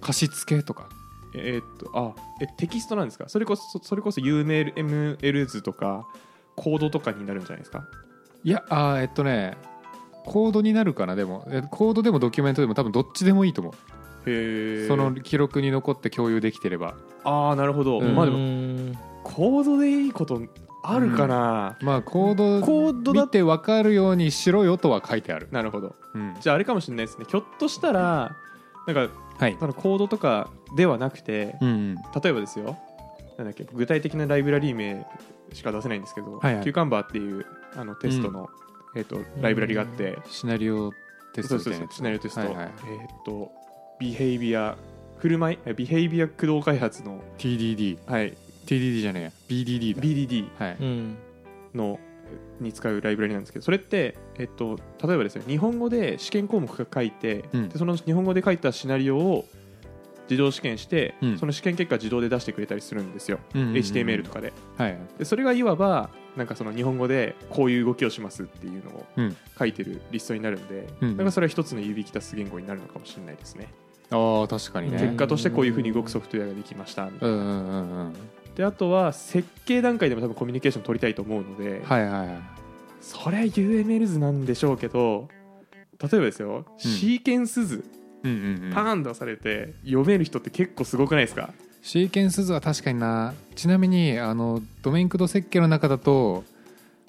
[SPEAKER 1] 貸付とか
[SPEAKER 2] えーっとあえテキストなんですかそれこそそれこそ UML 図とかコードとかになるんじゃないですか
[SPEAKER 1] いやあーえっとねコードになるかなでもえコードでもドキュメントでも多分どっちでもいいと思う、
[SPEAKER 2] へえ
[SPEAKER 1] その記録に残って共有できてれば
[SPEAKER 2] ああなるほど、
[SPEAKER 1] うん
[SPEAKER 2] まあで
[SPEAKER 3] う
[SPEAKER 2] も
[SPEAKER 3] ん
[SPEAKER 2] コードでいいことあるかな、
[SPEAKER 1] まあコード
[SPEAKER 2] コードだ
[SPEAKER 1] 見て分かるようにしろよとは書いてある、
[SPEAKER 2] なるほど
[SPEAKER 1] うん、
[SPEAKER 2] じゃああれかもしれないですねひょっとしたらなんか
[SPEAKER 1] はい、
[SPEAKER 2] ただコードとかではなくて
[SPEAKER 1] うんうん、
[SPEAKER 2] 例えばですよなんだっけ具体的なライブラリー名しか出せないんですけど、
[SPEAKER 1] はいはい
[SPEAKER 2] キューカンバーっていうあのテストの、えっとライブラリがあって、
[SPEAKER 1] シナリオテス
[SPEAKER 2] そ
[SPEAKER 1] トみた
[SPEAKER 2] うそう
[SPEAKER 1] いな
[SPEAKER 2] そう
[SPEAKER 1] やつ
[SPEAKER 2] シナリオテスト、
[SPEAKER 1] はいはい
[SPEAKER 2] えっとビヘイビアフルマイえビヘイビア駆動開発の、
[SPEAKER 1] TDD
[SPEAKER 2] はい、
[SPEAKER 1] TDD じゃねえや BDD だ
[SPEAKER 2] BDD
[SPEAKER 1] はい、
[SPEAKER 3] うん
[SPEAKER 2] のに使うライブラリなんですけどそれって、えっと、例えばですね日本語で試験項目が書いて、
[SPEAKER 1] うん
[SPEAKER 2] でその日本語で書いたシナリオを自動試験して、
[SPEAKER 1] うん
[SPEAKER 2] その試験結果自動で出してくれたりするんですよ、
[SPEAKER 1] うんうんうん
[SPEAKER 2] HTML とかで
[SPEAKER 1] はい
[SPEAKER 2] でそれがいわばなんかその日本語でこういう動きをしますっていうのを
[SPEAKER 1] うん
[SPEAKER 2] 書いてるリストになるんで、
[SPEAKER 1] うん
[SPEAKER 2] だからそれは一つの指揮たす言語になるのかもしれないですね、
[SPEAKER 1] ああ確かに
[SPEAKER 3] うん
[SPEAKER 2] 結
[SPEAKER 1] ね
[SPEAKER 2] 果としてこういうふうに動くソフトウェアができましたみた
[SPEAKER 1] う
[SPEAKER 2] い
[SPEAKER 1] ん
[SPEAKER 2] な
[SPEAKER 1] うんうんうん
[SPEAKER 2] であとは設計段階でも多分コミュニケーション取りたいと思うので、
[SPEAKER 1] はいはいはい
[SPEAKER 2] そりゃ UML 図なんでしょうけど例えばですよ、シーケンス図
[SPEAKER 1] うんうんうん
[SPEAKER 2] パーン出されて読める人って結構すごくないですか、
[SPEAKER 1] シーケンス図は確かになちなみにあのドメイン駆動設計の中だと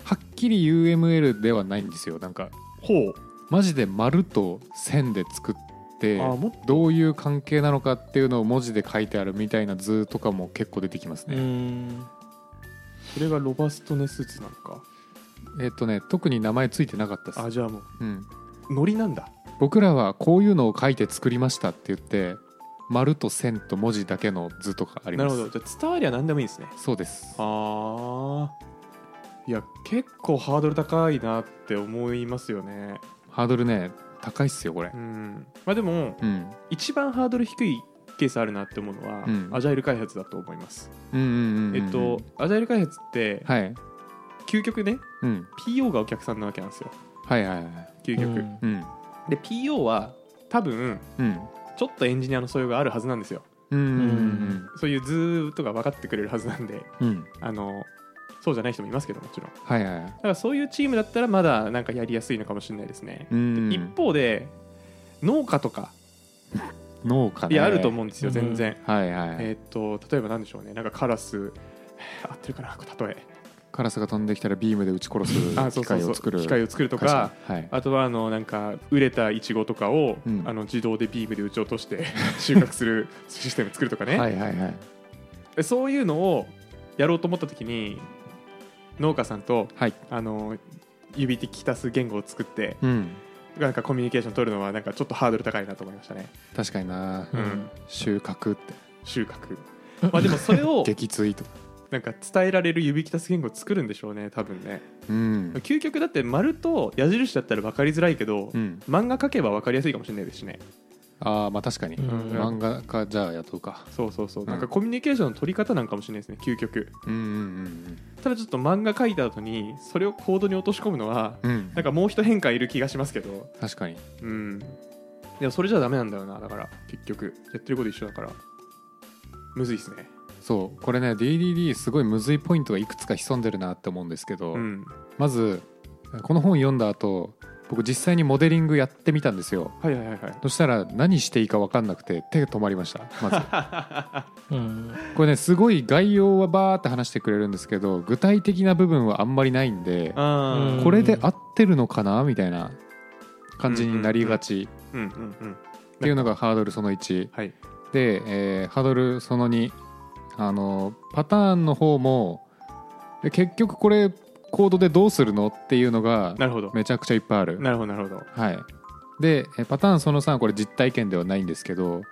[SPEAKER 1] はっきり UML ではないんですよなんか
[SPEAKER 2] ほう
[SPEAKER 1] マジで丸と線で作って
[SPEAKER 2] あもっと
[SPEAKER 1] どういう関係なのかっていうのを文字で書いてあるみたいな図とかも結構出てきます
[SPEAKER 3] う
[SPEAKER 1] ね、
[SPEAKER 3] ん
[SPEAKER 2] それがロバストネス図なのか
[SPEAKER 1] えっとね特に名前ついてなかったっす
[SPEAKER 2] あじゃあも
[SPEAKER 1] うん、
[SPEAKER 2] うノリなんだ
[SPEAKER 1] 僕らはこういうのを書いて作りましたって言って丸と線と文字だけの図とかあり
[SPEAKER 2] な
[SPEAKER 1] ま
[SPEAKER 2] る
[SPEAKER 1] す
[SPEAKER 2] ほどじゃあ伝わりゃ何でもいいんですね
[SPEAKER 1] そうです
[SPEAKER 2] あーいや結構ハードル高いなって思いますよね
[SPEAKER 1] ハードルね高いっすよこれ
[SPEAKER 2] うんまあでも
[SPEAKER 1] うん
[SPEAKER 2] 一番ハードル低いケースあるなって思うのは、
[SPEAKER 1] うん
[SPEAKER 2] アジャイル開発だと思います、
[SPEAKER 1] うんうんうんうん
[SPEAKER 2] えっとアジャイル開発って
[SPEAKER 1] はい、
[SPEAKER 2] 究極ね
[SPEAKER 1] うん
[SPEAKER 2] PO がお客さんなわけなんですよ
[SPEAKER 1] はいはいはい
[SPEAKER 2] 究極、
[SPEAKER 3] うん
[SPEAKER 1] うん
[SPEAKER 2] で PO は多分
[SPEAKER 1] うん
[SPEAKER 2] ちょっとエンジニアの素養があるはずなんですよ
[SPEAKER 1] うんうん
[SPEAKER 2] そういう図とか分かってくれるはずなんで
[SPEAKER 1] うんうん
[SPEAKER 2] あのそうじゃない人もいますけどもちろんだ
[SPEAKER 1] はいはいはい
[SPEAKER 2] からそういうチームだったらまだなんかやりやすいのかもしれないですね
[SPEAKER 1] う、ん
[SPEAKER 2] 一方で農家とか
[SPEAKER 1] 農家
[SPEAKER 2] い
[SPEAKER 1] ね
[SPEAKER 2] やあると思うんですよ
[SPEAKER 3] うん
[SPEAKER 2] 全然、
[SPEAKER 1] はいはい、
[SPEAKER 2] えーっと例えば何でしょうねなんかカラス合ってるかな例え
[SPEAKER 1] カラスが飛んできたらビームで撃ち殺
[SPEAKER 2] あ
[SPEAKER 1] す機
[SPEAKER 2] そうそう
[SPEAKER 1] 械
[SPEAKER 2] そう
[SPEAKER 1] を作る
[SPEAKER 2] 機械を作ると
[SPEAKER 1] 会社
[SPEAKER 2] か
[SPEAKER 1] はい
[SPEAKER 2] あとはあのなんか売れたイチゴとかを、
[SPEAKER 1] うん
[SPEAKER 2] あの自動でビームで打ち落として 収穫するシステム作るとかね、
[SPEAKER 1] はいはいはい
[SPEAKER 2] でそういうのをやろうと思った時に農家さんと
[SPEAKER 1] はい
[SPEAKER 2] あの指的足す言語を作って
[SPEAKER 1] うん
[SPEAKER 2] なんかコミュニケーション取るのはなんかちょっとハードル高いなと思いましたね、
[SPEAKER 1] 確かにな、
[SPEAKER 2] うん
[SPEAKER 1] 収穫って
[SPEAKER 2] 収穫まあでもそ れを
[SPEAKER 1] 撃墜とか
[SPEAKER 2] なんか伝えられる指き足す言語を作るんでしょうね多分ね
[SPEAKER 1] うん
[SPEAKER 2] 究極だって丸と矢印だったら分かりづらいけど、
[SPEAKER 1] うん
[SPEAKER 2] 漫画描けば分かりやすいかもしれないですしね
[SPEAKER 1] ああまあ確かに、
[SPEAKER 3] うん
[SPEAKER 1] 漫画家じゃあ雇うか
[SPEAKER 2] そうそうそう、
[SPEAKER 1] うん
[SPEAKER 2] なんかコミュニケーションの取り方なんかもしれないですね究極
[SPEAKER 1] うんうん
[SPEAKER 2] ただちょっと漫画描いた後にそれをコードに落とし込むのは
[SPEAKER 1] うんうん
[SPEAKER 2] なんかもう一変化いる気がしますけど
[SPEAKER 1] 確かに
[SPEAKER 2] うんでもそれじゃダメなんだよなだから結局やってること一緒だからむずいっすね
[SPEAKER 1] そうこれね DDD すごいむずいポイントがいくつか潜んでるなって思うんですけど、
[SPEAKER 2] うん
[SPEAKER 1] まずこの本読んだ後僕実際にモデリングやってみたんですよ
[SPEAKER 2] はいはいはいはい
[SPEAKER 1] そしたら何していいか分かんなくて手が止まりましたま ず
[SPEAKER 3] うん
[SPEAKER 1] これねすごい概要はバーって話してくれるんですけど具体的な部分はあんまりないんで
[SPEAKER 2] あ
[SPEAKER 3] うん
[SPEAKER 1] これで合ってるのかなみたいな感じになりがち
[SPEAKER 2] うんうんうん
[SPEAKER 1] っていうのがハードルその1
[SPEAKER 2] はい
[SPEAKER 1] で、えーハードルその2あのパターンの方もで結局これコードでどうするのっていうのが
[SPEAKER 2] なるほど
[SPEAKER 1] めちゃくちゃいっぱいある
[SPEAKER 2] なるほどなるほど
[SPEAKER 1] はい、でえパターンその3これ実体験ではないんですけど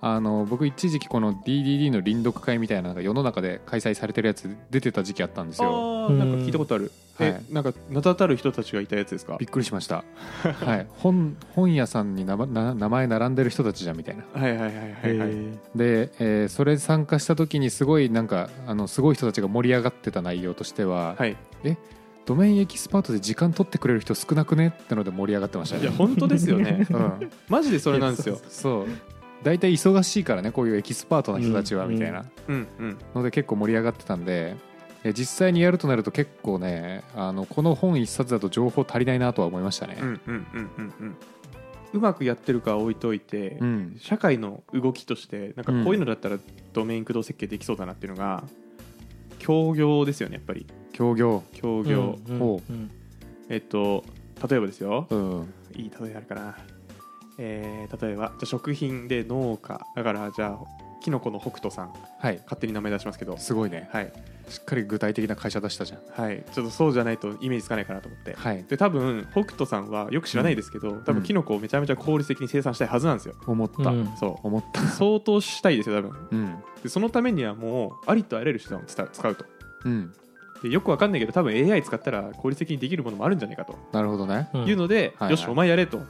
[SPEAKER 1] あの僕一時期この DDD の臨読会みたいなのが世の中で開催されてるやつ出てた時期あったんですよ
[SPEAKER 2] あーなんか聞いたことある
[SPEAKER 1] うん
[SPEAKER 2] え
[SPEAKER 1] はい
[SPEAKER 2] なんか名だたる人たちがいたやつですか
[SPEAKER 1] びっくりしま した、はい、本本屋さんに名前な名前並んでる人たちじゃんみたいな
[SPEAKER 2] はいはいはいはいはい
[SPEAKER 3] へ
[SPEAKER 1] で、えーそれ参加した時にすごいなんかあのすごい人たちが盛り上がってた内容としては、
[SPEAKER 2] はい
[SPEAKER 1] ドメインエキスパートで時間取ってくれる人少なくねってので盛り上がってました
[SPEAKER 2] いや
[SPEAKER 1] ね
[SPEAKER 2] 本当ですよ ね
[SPEAKER 1] うん、
[SPEAKER 2] マジでそれなんですよ
[SPEAKER 1] そう大体忙しいからねこういうエキスパートな人たちは
[SPEAKER 3] うん
[SPEAKER 1] みたいな、
[SPEAKER 2] うんうん
[SPEAKER 1] ので結構盛り上がってたんでえ実際にやるとなると結構ねあのこの本一冊だと情報足りないなとは思いましたね
[SPEAKER 2] うんうんうんうんうんうまくやってるかは置いといて、
[SPEAKER 1] うん、
[SPEAKER 2] 社会の動きとしてなんかこういうのだったらドメイン駆動設計できそうだなっていうのが協業ですよねやっぱり
[SPEAKER 1] 協業
[SPEAKER 2] 協業、
[SPEAKER 4] うんうん
[SPEAKER 1] ほ
[SPEAKER 4] うん
[SPEAKER 2] えっと例えばですよ
[SPEAKER 1] うん
[SPEAKER 2] いい例えあるかなえー例えばじゃあ食品で農家だからじゃあキノコの北斗さん
[SPEAKER 1] はい
[SPEAKER 2] 勝手に名前出しますけど
[SPEAKER 1] すごいね
[SPEAKER 2] はい
[SPEAKER 1] しっかり具体的な会社出したじゃん
[SPEAKER 2] はいちょっとそうじゃないとイメージつかないかなと思って
[SPEAKER 1] はい
[SPEAKER 2] で多分北斗さんはよく知らないですけど、多分キノコをめちゃめちゃ効率的に生産したいはずなんですよ、
[SPEAKER 1] 思った、
[SPEAKER 4] うん
[SPEAKER 2] そ
[SPEAKER 1] 思った
[SPEAKER 2] う相当したいですよ多分
[SPEAKER 1] うん
[SPEAKER 2] でそのためにはもうありとあらゆる手段を使う使うと
[SPEAKER 1] うん
[SPEAKER 2] でよくわかんないけど多分 AI 使ったら効率的にできるものもあるんじゃないかと
[SPEAKER 1] なるほどね
[SPEAKER 4] うん
[SPEAKER 2] いうので、
[SPEAKER 1] はいはい
[SPEAKER 2] よしお前やれと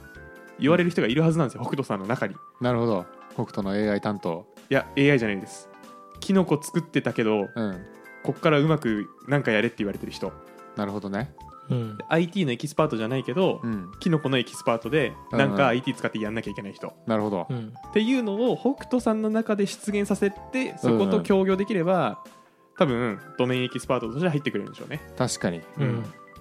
[SPEAKER 2] 言われる人がいるはずなんですよ、北斗さんの中にい
[SPEAKER 1] なるほど北斗の AI 担当
[SPEAKER 2] や AI じゃないですキノコ作ってたけど
[SPEAKER 1] うん
[SPEAKER 2] こっからうまくなんかやれって言われてる人
[SPEAKER 1] なるほどね
[SPEAKER 4] うん
[SPEAKER 2] で IT のエキスパートじゃないけど、
[SPEAKER 1] うん
[SPEAKER 2] キノコのエキスパートで
[SPEAKER 1] うん
[SPEAKER 2] なんか IT 使ってやんなきゃいけない人、
[SPEAKER 1] なるほど、
[SPEAKER 4] うん
[SPEAKER 2] っていうのを北斗さんの中で出現させてそこと協業できれば、多分ドメインエキスパートとして入ってくれるんでしょうね
[SPEAKER 1] 確かに
[SPEAKER 4] うんう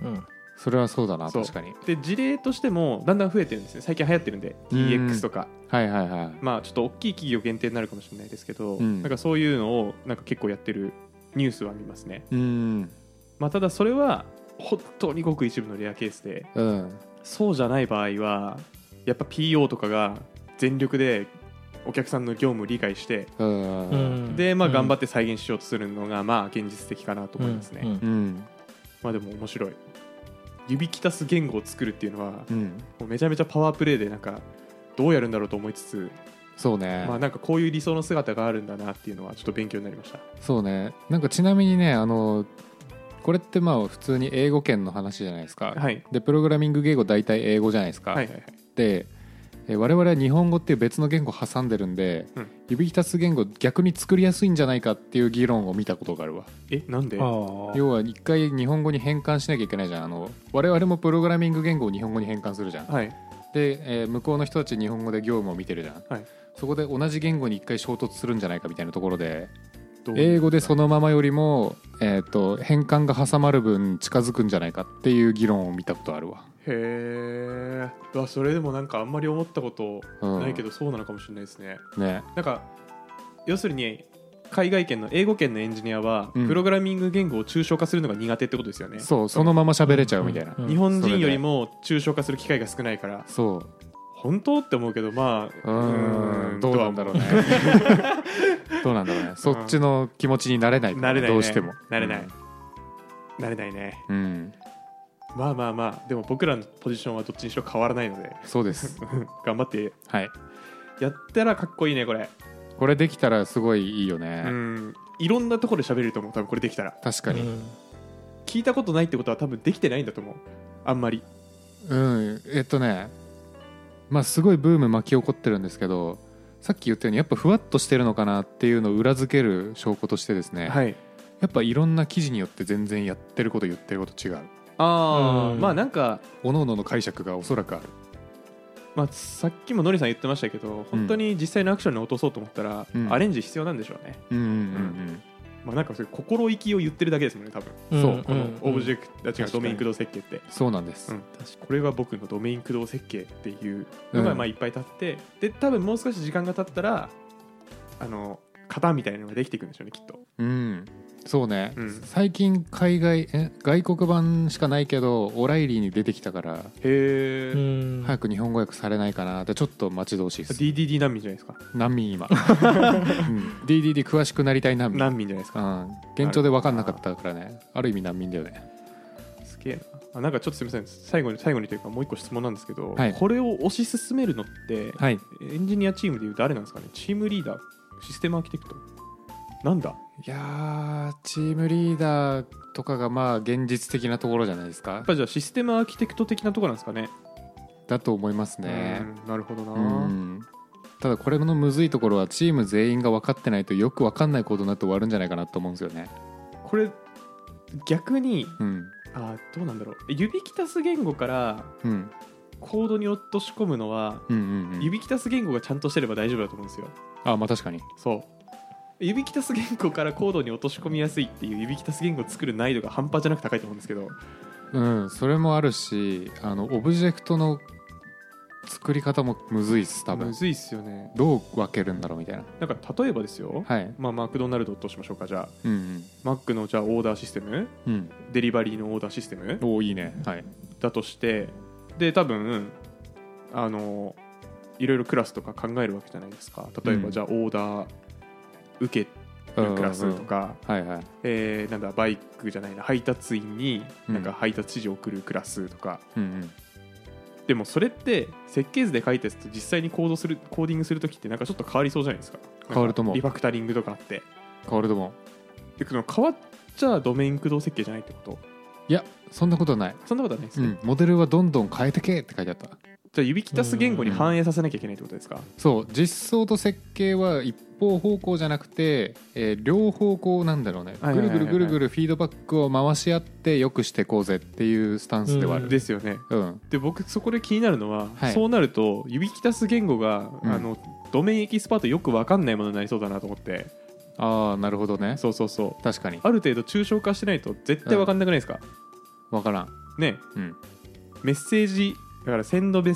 [SPEAKER 4] ん
[SPEAKER 1] それはそうだな
[SPEAKER 2] そう
[SPEAKER 1] 確かに
[SPEAKER 2] で事例としてもだんだん増えてるんですね最近流行ってるんで
[SPEAKER 1] うん
[SPEAKER 2] DX とか、
[SPEAKER 1] はいはいはい
[SPEAKER 2] まあちょっと大きい企業限定になるかもしれないですけど、
[SPEAKER 1] うん
[SPEAKER 2] なんかそういうのをなんか結構やってるニュースは見ますね、
[SPEAKER 1] うん
[SPEAKER 2] まあ、ただそれは本当にごく一部のレアケースで
[SPEAKER 1] うん
[SPEAKER 2] そうじゃない場合はやっぱ PO とかが全力でお客さんの業務を理解して
[SPEAKER 1] うん
[SPEAKER 4] うん
[SPEAKER 2] でまあ頑張
[SPEAKER 4] っ
[SPEAKER 2] って再現しようとするのがまあ現実的かなと思いますね、
[SPEAKER 1] うんうん
[SPEAKER 2] まあでも面白い指きたす言語を作るっていうのは
[SPEAKER 1] うん
[SPEAKER 2] もうめちゃめちゃパワープレイでなんかどうやるんだろうと思いつつ、
[SPEAKER 1] そうね、
[SPEAKER 2] まあなんかこういう理想の姿があるんだなっていうのはちょっと勉強になりました
[SPEAKER 1] そうねなんかちなみにねあのこれってまあ普通に英語圏の話じゃないですか、
[SPEAKER 2] はい
[SPEAKER 1] でプログラミング言語大体英語じゃないですか、
[SPEAKER 2] はいはいはい
[SPEAKER 1] でえー我々は日本語っていう別の言語挟んでるんで、
[SPEAKER 2] うん
[SPEAKER 1] 指きたす言語逆に作りやすいんじゃないかっていう議論を見たことがあるわ
[SPEAKER 2] えなんで
[SPEAKER 4] あ
[SPEAKER 2] は
[SPEAKER 4] ー
[SPEAKER 1] 要は一回日本語に変換しなきゃいけないじゃんあの我々もプログラミング言語を日本語に変換するじゃん
[SPEAKER 2] い
[SPEAKER 1] で、えー向こうの人たち日本語で業務を見てるじゃん、
[SPEAKER 2] はい
[SPEAKER 1] そこで同じ言語に一回衝突するんじゃないかみたいなところで
[SPEAKER 2] どう
[SPEAKER 1] 英語でそのままよりも、えー、と変換が挟まる分近づくんじゃないかっていう議論を見たことあるわ
[SPEAKER 2] へえうわそれでもなんかあんまり思ったことないけどそうなのかもしれないですね、
[SPEAKER 1] ね
[SPEAKER 2] なんか要するに海外圏の英語圏のエンジニアは、
[SPEAKER 1] うん
[SPEAKER 2] プログラミング言語を抽象化するのが苦手ってことですよね
[SPEAKER 1] そうそのまま喋れちゃうみたいな、
[SPEAKER 4] うん
[SPEAKER 2] 日本人よりも抽象化する機会が少ないから
[SPEAKER 1] そう
[SPEAKER 2] 本当って思うけどまあ
[SPEAKER 1] うーんどうなんだ
[SPEAKER 2] ろ
[SPEAKER 1] ろうねどうなんだろうねそっちの気持ちになれないから
[SPEAKER 2] なれないね
[SPEAKER 1] どうしても
[SPEAKER 2] なれないなれないね
[SPEAKER 1] うん、うん
[SPEAKER 2] まあまあまあでも僕らのポジションはどっちにしろ変わらないので
[SPEAKER 1] そうです
[SPEAKER 2] 頑張って
[SPEAKER 1] はい
[SPEAKER 2] やったらかっこいいねこれ
[SPEAKER 1] これできたらすごいいいよね
[SPEAKER 2] う、んいろんなところで喋れると思う多分これできたら
[SPEAKER 1] 確か
[SPEAKER 4] う
[SPEAKER 1] に
[SPEAKER 4] ん
[SPEAKER 2] 聞いたことないってことは多分できてないんだと思うあんまり
[SPEAKER 1] うん、えっとねまあすごいブーム巻き起こってるんですけどさっき言ったようにやっぱふわっとしてるのかなっていうのを裏付ける証拠としてですね、
[SPEAKER 2] はい
[SPEAKER 1] やっぱいろんな記事によって全然やってること言ってること違う
[SPEAKER 2] ああ
[SPEAKER 4] うん
[SPEAKER 2] まあなんか
[SPEAKER 1] 各々の解釈がおそらくある
[SPEAKER 2] まあ、さっきもノリさん言ってましたけど本当に実際のアクションに落とそうと思ったら、
[SPEAKER 1] うん
[SPEAKER 2] アレンジ必要なんでしょうね、
[SPEAKER 1] うんうん
[SPEAKER 2] まあ、なんかそういう心意気を言ってるだけですもんね多分
[SPEAKER 4] ん
[SPEAKER 1] そう
[SPEAKER 2] このオブジ
[SPEAKER 4] ェ
[SPEAKER 2] ェクト、あ違う
[SPEAKER 1] 確かに
[SPEAKER 2] ドメイン駆動設計って、
[SPEAKER 1] そうなんです、
[SPEAKER 2] うんこれが僕のドメイン駆動設計っていうのが
[SPEAKER 1] うん
[SPEAKER 2] まあいっぱい経って、で多分もう少し時間が経ったらあの型みたいなのができてくるんでしょうねきっと
[SPEAKER 1] うんそうね、
[SPEAKER 2] うん
[SPEAKER 1] 最近海外え外国版しかないけどオライリーに出てきたから
[SPEAKER 2] へえ、
[SPEAKER 4] うん
[SPEAKER 1] 早く日本語訳されないかなってちょっと待ち遠しいです、
[SPEAKER 2] DDD 難民じゃないですか
[SPEAKER 1] 難民 今、うん DDD 詳しくなりたい難民
[SPEAKER 2] 難民じゃないです
[SPEAKER 1] う
[SPEAKER 2] か
[SPEAKER 1] ん現状で分かんなかったからねある意味難民だよね
[SPEAKER 2] すげえなあなんかちょっとすみません最後に最後にというかもう一個質問なんですけど、
[SPEAKER 1] はい
[SPEAKER 2] これを推し進めるのって、
[SPEAKER 1] はいい
[SPEAKER 2] エンジニアチームでいう誰なんですかねチームリーダーシステムアーキテクトなんだ
[SPEAKER 1] やーチームリーダーとかがまあ現実的なところじゃないです
[SPEAKER 2] や
[SPEAKER 1] か
[SPEAKER 2] っぱじゃあシステムアーキテクト的なところなんですかね
[SPEAKER 1] だと思いますね
[SPEAKER 2] うんなるほどな、
[SPEAKER 1] うんただこれのむずいところはチーム全員が分かってないとよく分かんないことになって終わるんじゃないかなと思うんですよね
[SPEAKER 2] これ逆に
[SPEAKER 1] うん
[SPEAKER 2] あどうなんだろう指きたす言語から
[SPEAKER 1] うん
[SPEAKER 2] コードに落とし込むのは
[SPEAKER 1] うんうんうん
[SPEAKER 2] 指きたす言語がちゃんとしてれば大丈夫だと思うんですよ
[SPEAKER 1] あまあ確かに
[SPEAKER 2] そう指きたす言語からコードに落とし込みやすいっていう指きたす言語を作る難易度が半端じゃなく高いと思うんですけど
[SPEAKER 1] うんそれもあるしあのオブジェクトの作り方もむずいっす多分
[SPEAKER 2] むずいっすよね
[SPEAKER 1] どう分けるんだろうみたいな
[SPEAKER 2] なんか例えばですよ、
[SPEAKER 1] はい
[SPEAKER 2] まあ、マクドナルドとしましょうかじゃあ
[SPEAKER 1] うん
[SPEAKER 2] マックのじゃあオーダーシステム
[SPEAKER 1] うんうん
[SPEAKER 2] デリバリーのオーダーシステム
[SPEAKER 1] おおいいねはい
[SPEAKER 2] だとしてで多分あのいろいろクラスとか考えるわけじゃないですか例えば、
[SPEAKER 1] うん
[SPEAKER 2] じゃあオーダー受けるクラスとか、
[SPEAKER 1] はいはい
[SPEAKER 2] えーなんだバイクじゃないな配達員に
[SPEAKER 1] うん
[SPEAKER 2] なんか配達指示を送るクラスとか、
[SPEAKER 1] うん
[SPEAKER 2] でもそれって設計図で書いたやつと実際にコードするコーディングするときってなんかちょっと変わりそうじゃないですか
[SPEAKER 1] 変わると思う
[SPEAKER 2] なんかリファクタリングとかあって
[SPEAKER 1] 変わると思う
[SPEAKER 2] でその変わっちゃドメイン駆動設計じゃないってこと
[SPEAKER 1] いやそんなことない、
[SPEAKER 2] そんなことはないです
[SPEAKER 1] う
[SPEAKER 2] ね、
[SPEAKER 1] ん、モデルはどんどん変えてけって書いてあった
[SPEAKER 2] じゃあ指揮たす言語に反映させなきゃいけないってことですか
[SPEAKER 1] そう実装と設計は一方方向じゃなくて、えー両方向なんだろうね
[SPEAKER 2] はい
[SPEAKER 1] ぐ
[SPEAKER 2] はい
[SPEAKER 1] る
[SPEAKER 2] はいは
[SPEAKER 1] ぐ
[SPEAKER 2] い
[SPEAKER 1] るぐるぐるフィードバックを回し合ってよくしてこうぜっていうスタンスではある
[SPEAKER 2] ですよね
[SPEAKER 1] うん
[SPEAKER 2] で僕そこで気になるのは、
[SPEAKER 1] はい
[SPEAKER 2] そうなると指揮たす言語が、
[SPEAKER 1] うん
[SPEAKER 2] あのドメインエキスパートよく分かんないものになりそうだなと思って
[SPEAKER 1] ああなるほどね
[SPEAKER 2] そうそうそう
[SPEAKER 1] 確かに
[SPEAKER 2] ある程度抽象化してないと絶対分かんなくないですか、
[SPEAKER 1] 分からん
[SPEAKER 2] ね
[SPEAKER 1] うん
[SPEAKER 2] メッセージだからセンドメッ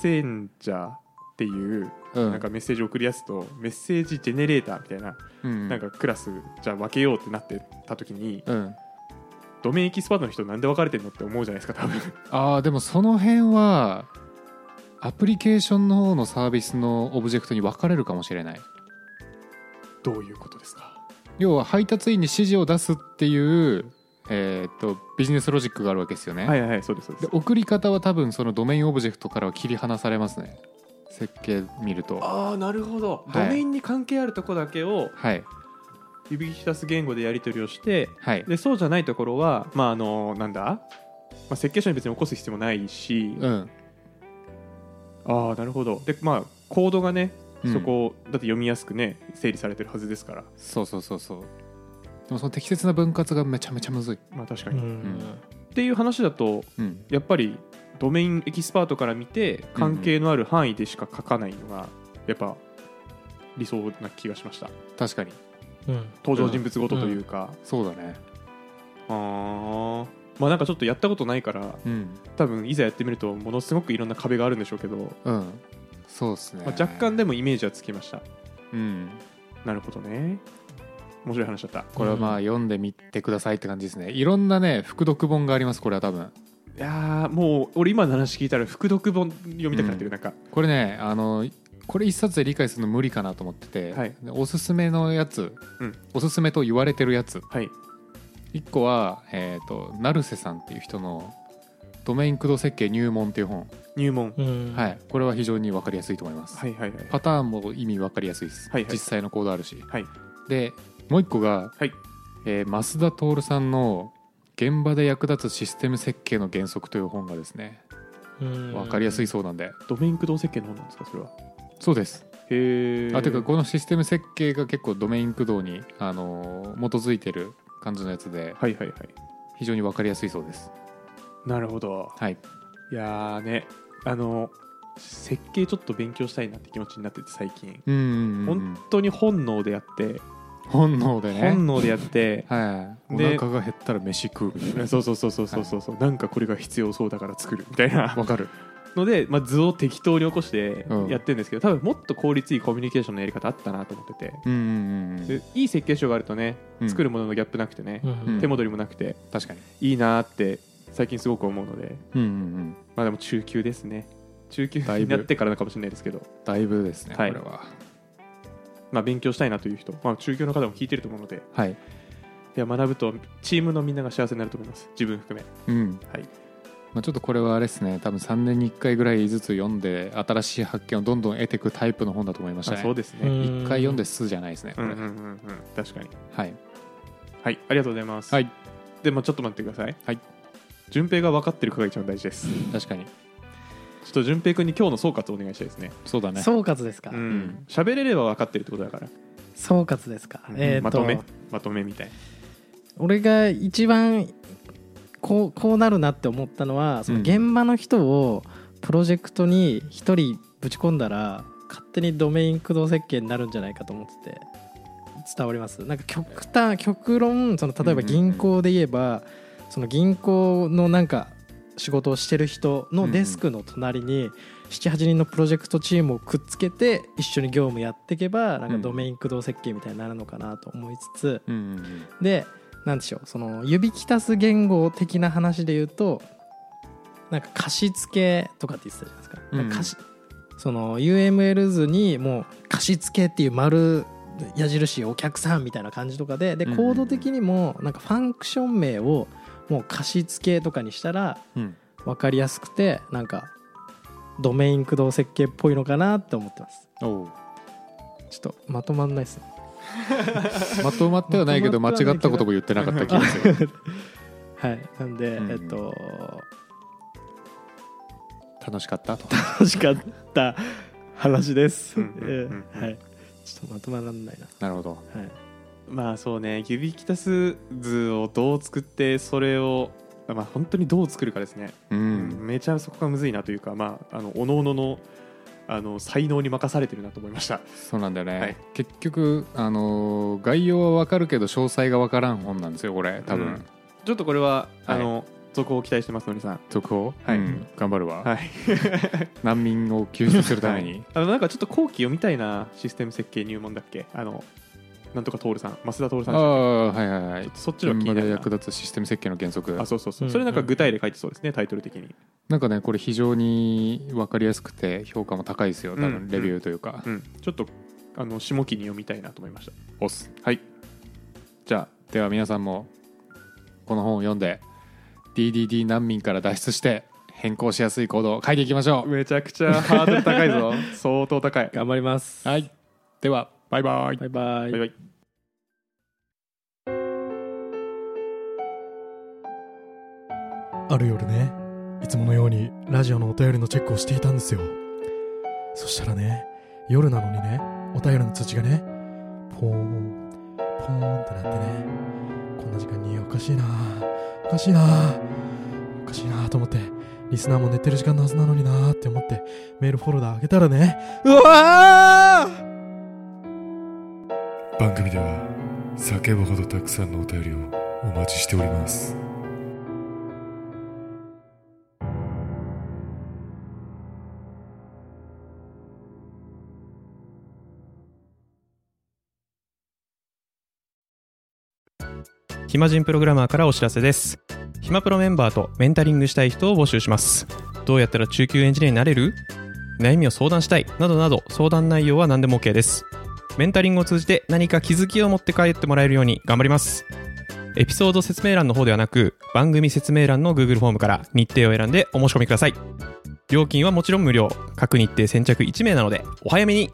[SPEAKER 2] センジャーっていう、
[SPEAKER 1] うん
[SPEAKER 2] なんかメッセージを送り出すとメッセージジェネレーターみたいな,、
[SPEAKER 1] うん
[SPEAKER 2] なんかクラスじゃあ分けようってなってた時に
[SPEAKER 1] うん
[SPEAKER 2] ドメインエキスパートの人なんで分かれてんのって思うじゃないですか 多分
[SPEAKER 1] ああでもその辺はアプリケーションの方のサービスのオブジェクトに分かれるかもしれない
[SPEAKER 2] どういうことですか
[SPEAKER 1] 要は配達員に指示を出すっていう、えーっとビジネスロジックがあるわけですよね、
[SPEAKER 2] はいはいはいそうですそうで
[SPEAKER 1] です送り方は多分そのドメインオブジェクトからは切り離されますね設計見ると
[SPEAKER 2] ああなるほど、
[SPEAKER 1] はい
[SPEAKER 2] ドメインに関係あるとこだけを
[SPEAKER 1] はい
[SPEAKER 2] 指揮たす言語でやり取りをして
[SPEAKER 1] はい
[SPEAKER 2] でそうじゃないところはまああのなんだ、まあ、設計書に別に起こす必要もないし、
[SPEAKER 1] うん
[SPEAKER 2] ああなるほどでまあコードがね
[SPEAKER 1] うん
[SPEAKER 2] そこだって読みやすくね整理されてるはずですから
[SPEAKER 1] そうそうそうそうでもその適切な分割がめちゃめちゃむずい
[SPEAKER 2] まあ確か
[SPEAKER 3] う
[SPEAKER 2] に、っ
[SPEAKER 3] ん
[SPEAKER 2] ていう話だと
[SPEAKER 1] うん
[SPEAKER 2] やっぱりドメインエキスパートから見て関係のある範囲でしか書かないのがやっぱ理想な気がしました
[SPEAKER 1] 確かに
[SPEAKER 4] うん
[SPEAKER 2] 登場人物ごとというか、
[SPEAKER 1] そうだね
[SPEAKER 2] ああまあなんかちょっとやったことないから
[SPEAKER 1] うん
[SPEAKER 2] 多分いざやってみるとものすごくいろんな壁があるんでしょうけど、
[SPEAKER 1] うんそうですね、
[SPEAKER 2] まあ、若干で
[SPEAKER 1] も
[SPEAKER 2] もイメージはつきました
[SPEAKER 1] うん
[SPEAKER 2] なるほどね面白い話だった
[SPEAKER 1] これはまあ読んでみてくださいって感じですねいろんなね副読本がありますこれは多分
[SPEAKER 2] いやーもう俺今の話聞いたら副読本読みたくなってる、
[SPEAKER 1] うん
[SPEAKER 2] なんか
[SPEAKER 1] これねあのこれ一冊で理解するの無理かなと思ってて、
[SPEAKER 2] はい
[SPEAKER 1] でおすすめのやつ、
[SPEAKER 2] うん
[SPEAKER 1] おすすめと言われてるやつ
[SPEAKER 2] はい
[SPEAKER 1] 1個は、えー、と成瀬さんっていう人の「ドメイン駆動設計入門」っていう本、
[SPEAKER 2] 入門、
[SPEAKER 4] うん
[SPEAKER 1] はい、これは非常に分かりやすいと思います、
[SPEAKER 2] はいはいはい
[SPEAKER 1] パターンも意味分かりやすいです、
[SPEAKER 2] はいはい
[SPEAKER 1] 実際のコードあるし
[SPEAKER 2] はい
[SPEAKER 1] でもう1個が、
[SPEAKER 2] はい
[SPEAKER 1] えー増田徹さんの「現場で役立つシステム設計の原則」という本がですね
[SPEAKER 4] わ
[SPEAKER 1] 分かりやすい
[SPEAKER 4] す
[SPEAKER 1] そうなんで、
[SPEAKER 2] ドメイン駆動設計の方なんですかそれは
[SPEAKER 1] そうです
[SPEAKER 2] へえ
[SPEAKER 1] あというかこのシステム設計が結構ドメイン駆動に、あのー基づいてる感じのやつで
[SPEAKER 2] はいはいはい
[SPEAKER 1] 非常に分かりやすいそうです
[SPEAKER 2] なるほど
[SPEAKER 1] はい
[SPEAKER 2] いやーねあの設計ちょっと勉強したいなって気持ちになってて最近
[SPEAKER 1] うんうんうんうん
[SPEAKER 2] 本当に本能でやって
[SPEAKER 1] 本能でね
[SPEAKER 2] 本能でやって
[SPEAKER 1] はい、
[SPEAKER 2] で
[SPEAKER 1] お腹が減ったら飯食うみたいな
[SPEAKER 2] そうそうそうそうそうそうそう、なんかこれが必要そうだから作るみたい な
[SPEAKER 1] わかる
[SPEAKER 2] ので、まあ、図を適当に起こして
[SPEAKER 1] うん
[SPEAKER 2] やってるんですけど、多分もっと効率いいコミュニケーションのやり方あったなと思ってて
[SPEAKER 1] うんうんうん
[SPEAKER 2] でいい設計書があるとね
[SPEAKER 1] うん
[SPEAKER 2] 作るもののギャップなくてね、
[SPEAKER 1] うん
[SPEAKER 2] 手戻りもなくて
[SPEAKER 1] 確かに
[SPEAKER 2] いいなーって最近すごく思うので
[SPEAKER 1] うんうんうん
[SPEAKER 2] まあでも中級ですね中級
[SPEAKER 1] だい
[SPEAKER 2] に
[SPEAKER 1] ぶ
[SPEAKER 2] なってからかもしれないですけど、
[SPEAKER 1] だいぶですね、
[SPEAKER 2] はい
[SPEAKER 1] これは
[SPEAKER 2] まあ、勉強したいなという人、まあ、中級の方も聞いてると思うので
[SPEAKER 1] はい
[SPEAKER 2] いや学ぶとチームのみんなが幸せになると思います自分含め
[SPEAKER 1] うん
[SPEAKER 2] はい
[SPEAKER 1] まあ、ちょっとこれはあれですね多分3年に1回ぐらいずつ読んで新しい発見をどんどん得ていくタイプの本だと思いました
[SPEAKER 2] あ
[SPEAKER 1] ね
[SPEAKER 2] そうですね、
[SPEAKER 1] 1回読んで数じゃないですねこ
[SPEAKER 2] うん
[SPEAKER 1] れ、
[SPEAKER 2] うんうんうん、確かに
[SPEAKER 1] はい
[SPEAKER 2] はいありがとうございます、
[SPEAKER 1] はい
[SPEAKER 2] でもちょっと待ってください
[SPEAKER 1] はい
[SPEAKER 2] 順平が分かってるかが一番大事ですちょ
[SPEAKER 1] 確かに
[SPEAKER 2] っと順平君に今日の総括をお願いしたいですね
[SPEAKER 1] そうだね
[SPEAKER 4] 総括ですか
[SPEAKER 2] うん喋れれば分かってるってことだから、
[SPEAKER 4] 総括ですかえーと
[SPEAKER 2] まとめまとめみたい
[SPEAKER 4] 俺が一番こうこうなるなって思ったのはその
[SPEAKER 1] うん
[SPEAKER 4] 現場の人をプロジェクトに一人ぶち込んだら勝手にドメイン駆動設計になるんじゃないかと思ってて伝わりますなんか極端極論その例えば銀行で言えばその銀行のなんか
[SPEAKER 3] 仕事をしてる人のデスクの隣に78人のプロジェクトチームをくっつけて一緒に業務やっていけばなんかドメイン駆動設計みたいになるのかなと思いつつ
[SPEAKER 1] うんうんうん
[SPEAKER 3] でなんでしょうその指きたす言語的な話で言うとなんか貸付とかって言ってたじゃないです
[SPEAKER 1] う
[SPEAKER 3] か,、
[SPEAKER 1] ん
[SPEAKER 3] 貸しその UML 図にもう貸付っていう丸矢印お客さんみたいな感じとかでで
[SPEAKER 1] うん
[SPEAKER 3] コード的にもなんかファンクション名をもう貸付とかにしたら
[SPEAKER 1] うん
[SPEAKER 3] 分かりやすくてなんかドメイン駆動設計っぽいのかなって思ってます
[SPEAKER 1] おう
[SPEAKER 3] ちょっとまとまんないですね
[SPEAKER 1] まとまってはないけど間
[SPEAKER 3] ま
[SPEAKER 1] 違
[SPEAKER 3] とまってはないけど
[SPEAKER 1] ったことも言ってなかった気がする
[SPEAKER 3] はいなんで、
[SPEAKER 1] うん
[SPEAKER 3] えっと
[SPEAKER 1] 楽しかったと
[SPEAKER 3] 楽しかった話です。
[SPEAKER 2] う
[SPEAKER 3] え
[SPEAKER 2] んうんうん
[SPEAKER 3] ーはい。ちょっとまとまらんないな。
[SPEAKER 1] なるほど
[SPEAKER 3] はい。
[SPEAKER 2] まあそうね指きたす図をどう作ってそれをまあ本当にどう作るかですね、
[SPEAKER 1] うん
[SPEAKER 2] めちゃそこがむずいなというかまああのおのののあの才能に任されてるなと思いました
[SPEAKER 1] そうなんだよね、
[SPEAKER 2] はい
[SPEAKER 1] 結局あのー概要はわかるけど詳細がわからん本なんですよこれ多分、
[SPEAKER 2] うんちょっとこれは、
[SPEAKER 1] はい
[SPEAKER 2] あの続報を期待してますのりさん
[SPEAKER 1] 続報、
[SPEAKER 2] はい
[SPEAKER 1] うん頑張るわ、
[SPEAKER 2] はい
[SPEAKER 1] 難民を救出するため
[SPEAKER 2] はい
[SPEAKER 1] に、
[SPEAKER 2] あのなんかちょっと後期読みたいなシステム設計入門だっけあのなんとか徹さん増田徹さ
[SPEAKER 1] あ
[SPEAKER 2] んでし
[SPEAKER 1] あはいはいはい
[SPEAKER 2] たちょっとそっちの
[SPEAKER 1] 現
[SPEAKER 2] 気
[SPEAKER 1] 場
[SPEAKER 2] にな
[SPEAKER 1] で
[SPEAKER 2] るな
[SPEAKER 1] 役立つシステム設計の原則
[SPEAKER 2] あそうそうそう、
[SPEAKER 3] うん
[SPEAKER 2] それなんか具体例書いてそうですねタイトル的に
[SPEAKER 1] なんかねこれ非常に分かりやすくて評価も高いですよ多
[SPEAKER 2] うんうん
[SPEAKER 1] 分レビューというか、
[SPEAKER 2] うんちょっとあの下記に読みたいなと思いました
[SPEAKER 1] 押す
[SPEAKER 2] はい
[SPEAKER 1] じゃあでは皆さんもこの本を読んで DDD 難民から脱出して変更しやすい行動を書いていきましょう、
[SPEAKER 2] めちゃくちゃハードル高い ぞ相当高い
[SPEAKER 3] 頑張ります。
[SPEAKER 1] はいではバイバイ
[SPEAKER 3] バイバイ
[SPEAKER 2] バイ。バイ
[SPEAKER 5] ある夜ねいつものようにラジオのお便りのチェックをしていたんですよそしたらね夜なのにねお便りの通知がねポーンポーンってなってねこんな時間におかしいなおかしいなおかしいなと思ってリスナーも寝てる時間のはずなのになって思ってメールフォルダ開けたらねうわー
[SPEAKER 6] 番組では叫ぶほどたくさんのお便りをお待ちしております
[SPEAKER 7] 暇人プログラマーからお知らせです暇プロメンバーとメンタリングしたい人を募集しますどうやったら中級エンジニアになれる悩みを相談したいなどなど相談内容は何でも OK ですメンタリングを通じて何か気づきを持って帰ってもらえるように頑張りますエピソード説明欄の方ではなく番組説明欄の Google フォームから日程を選んでお申し込みください料金はもちろん無料各日程先着1名なのでお早めに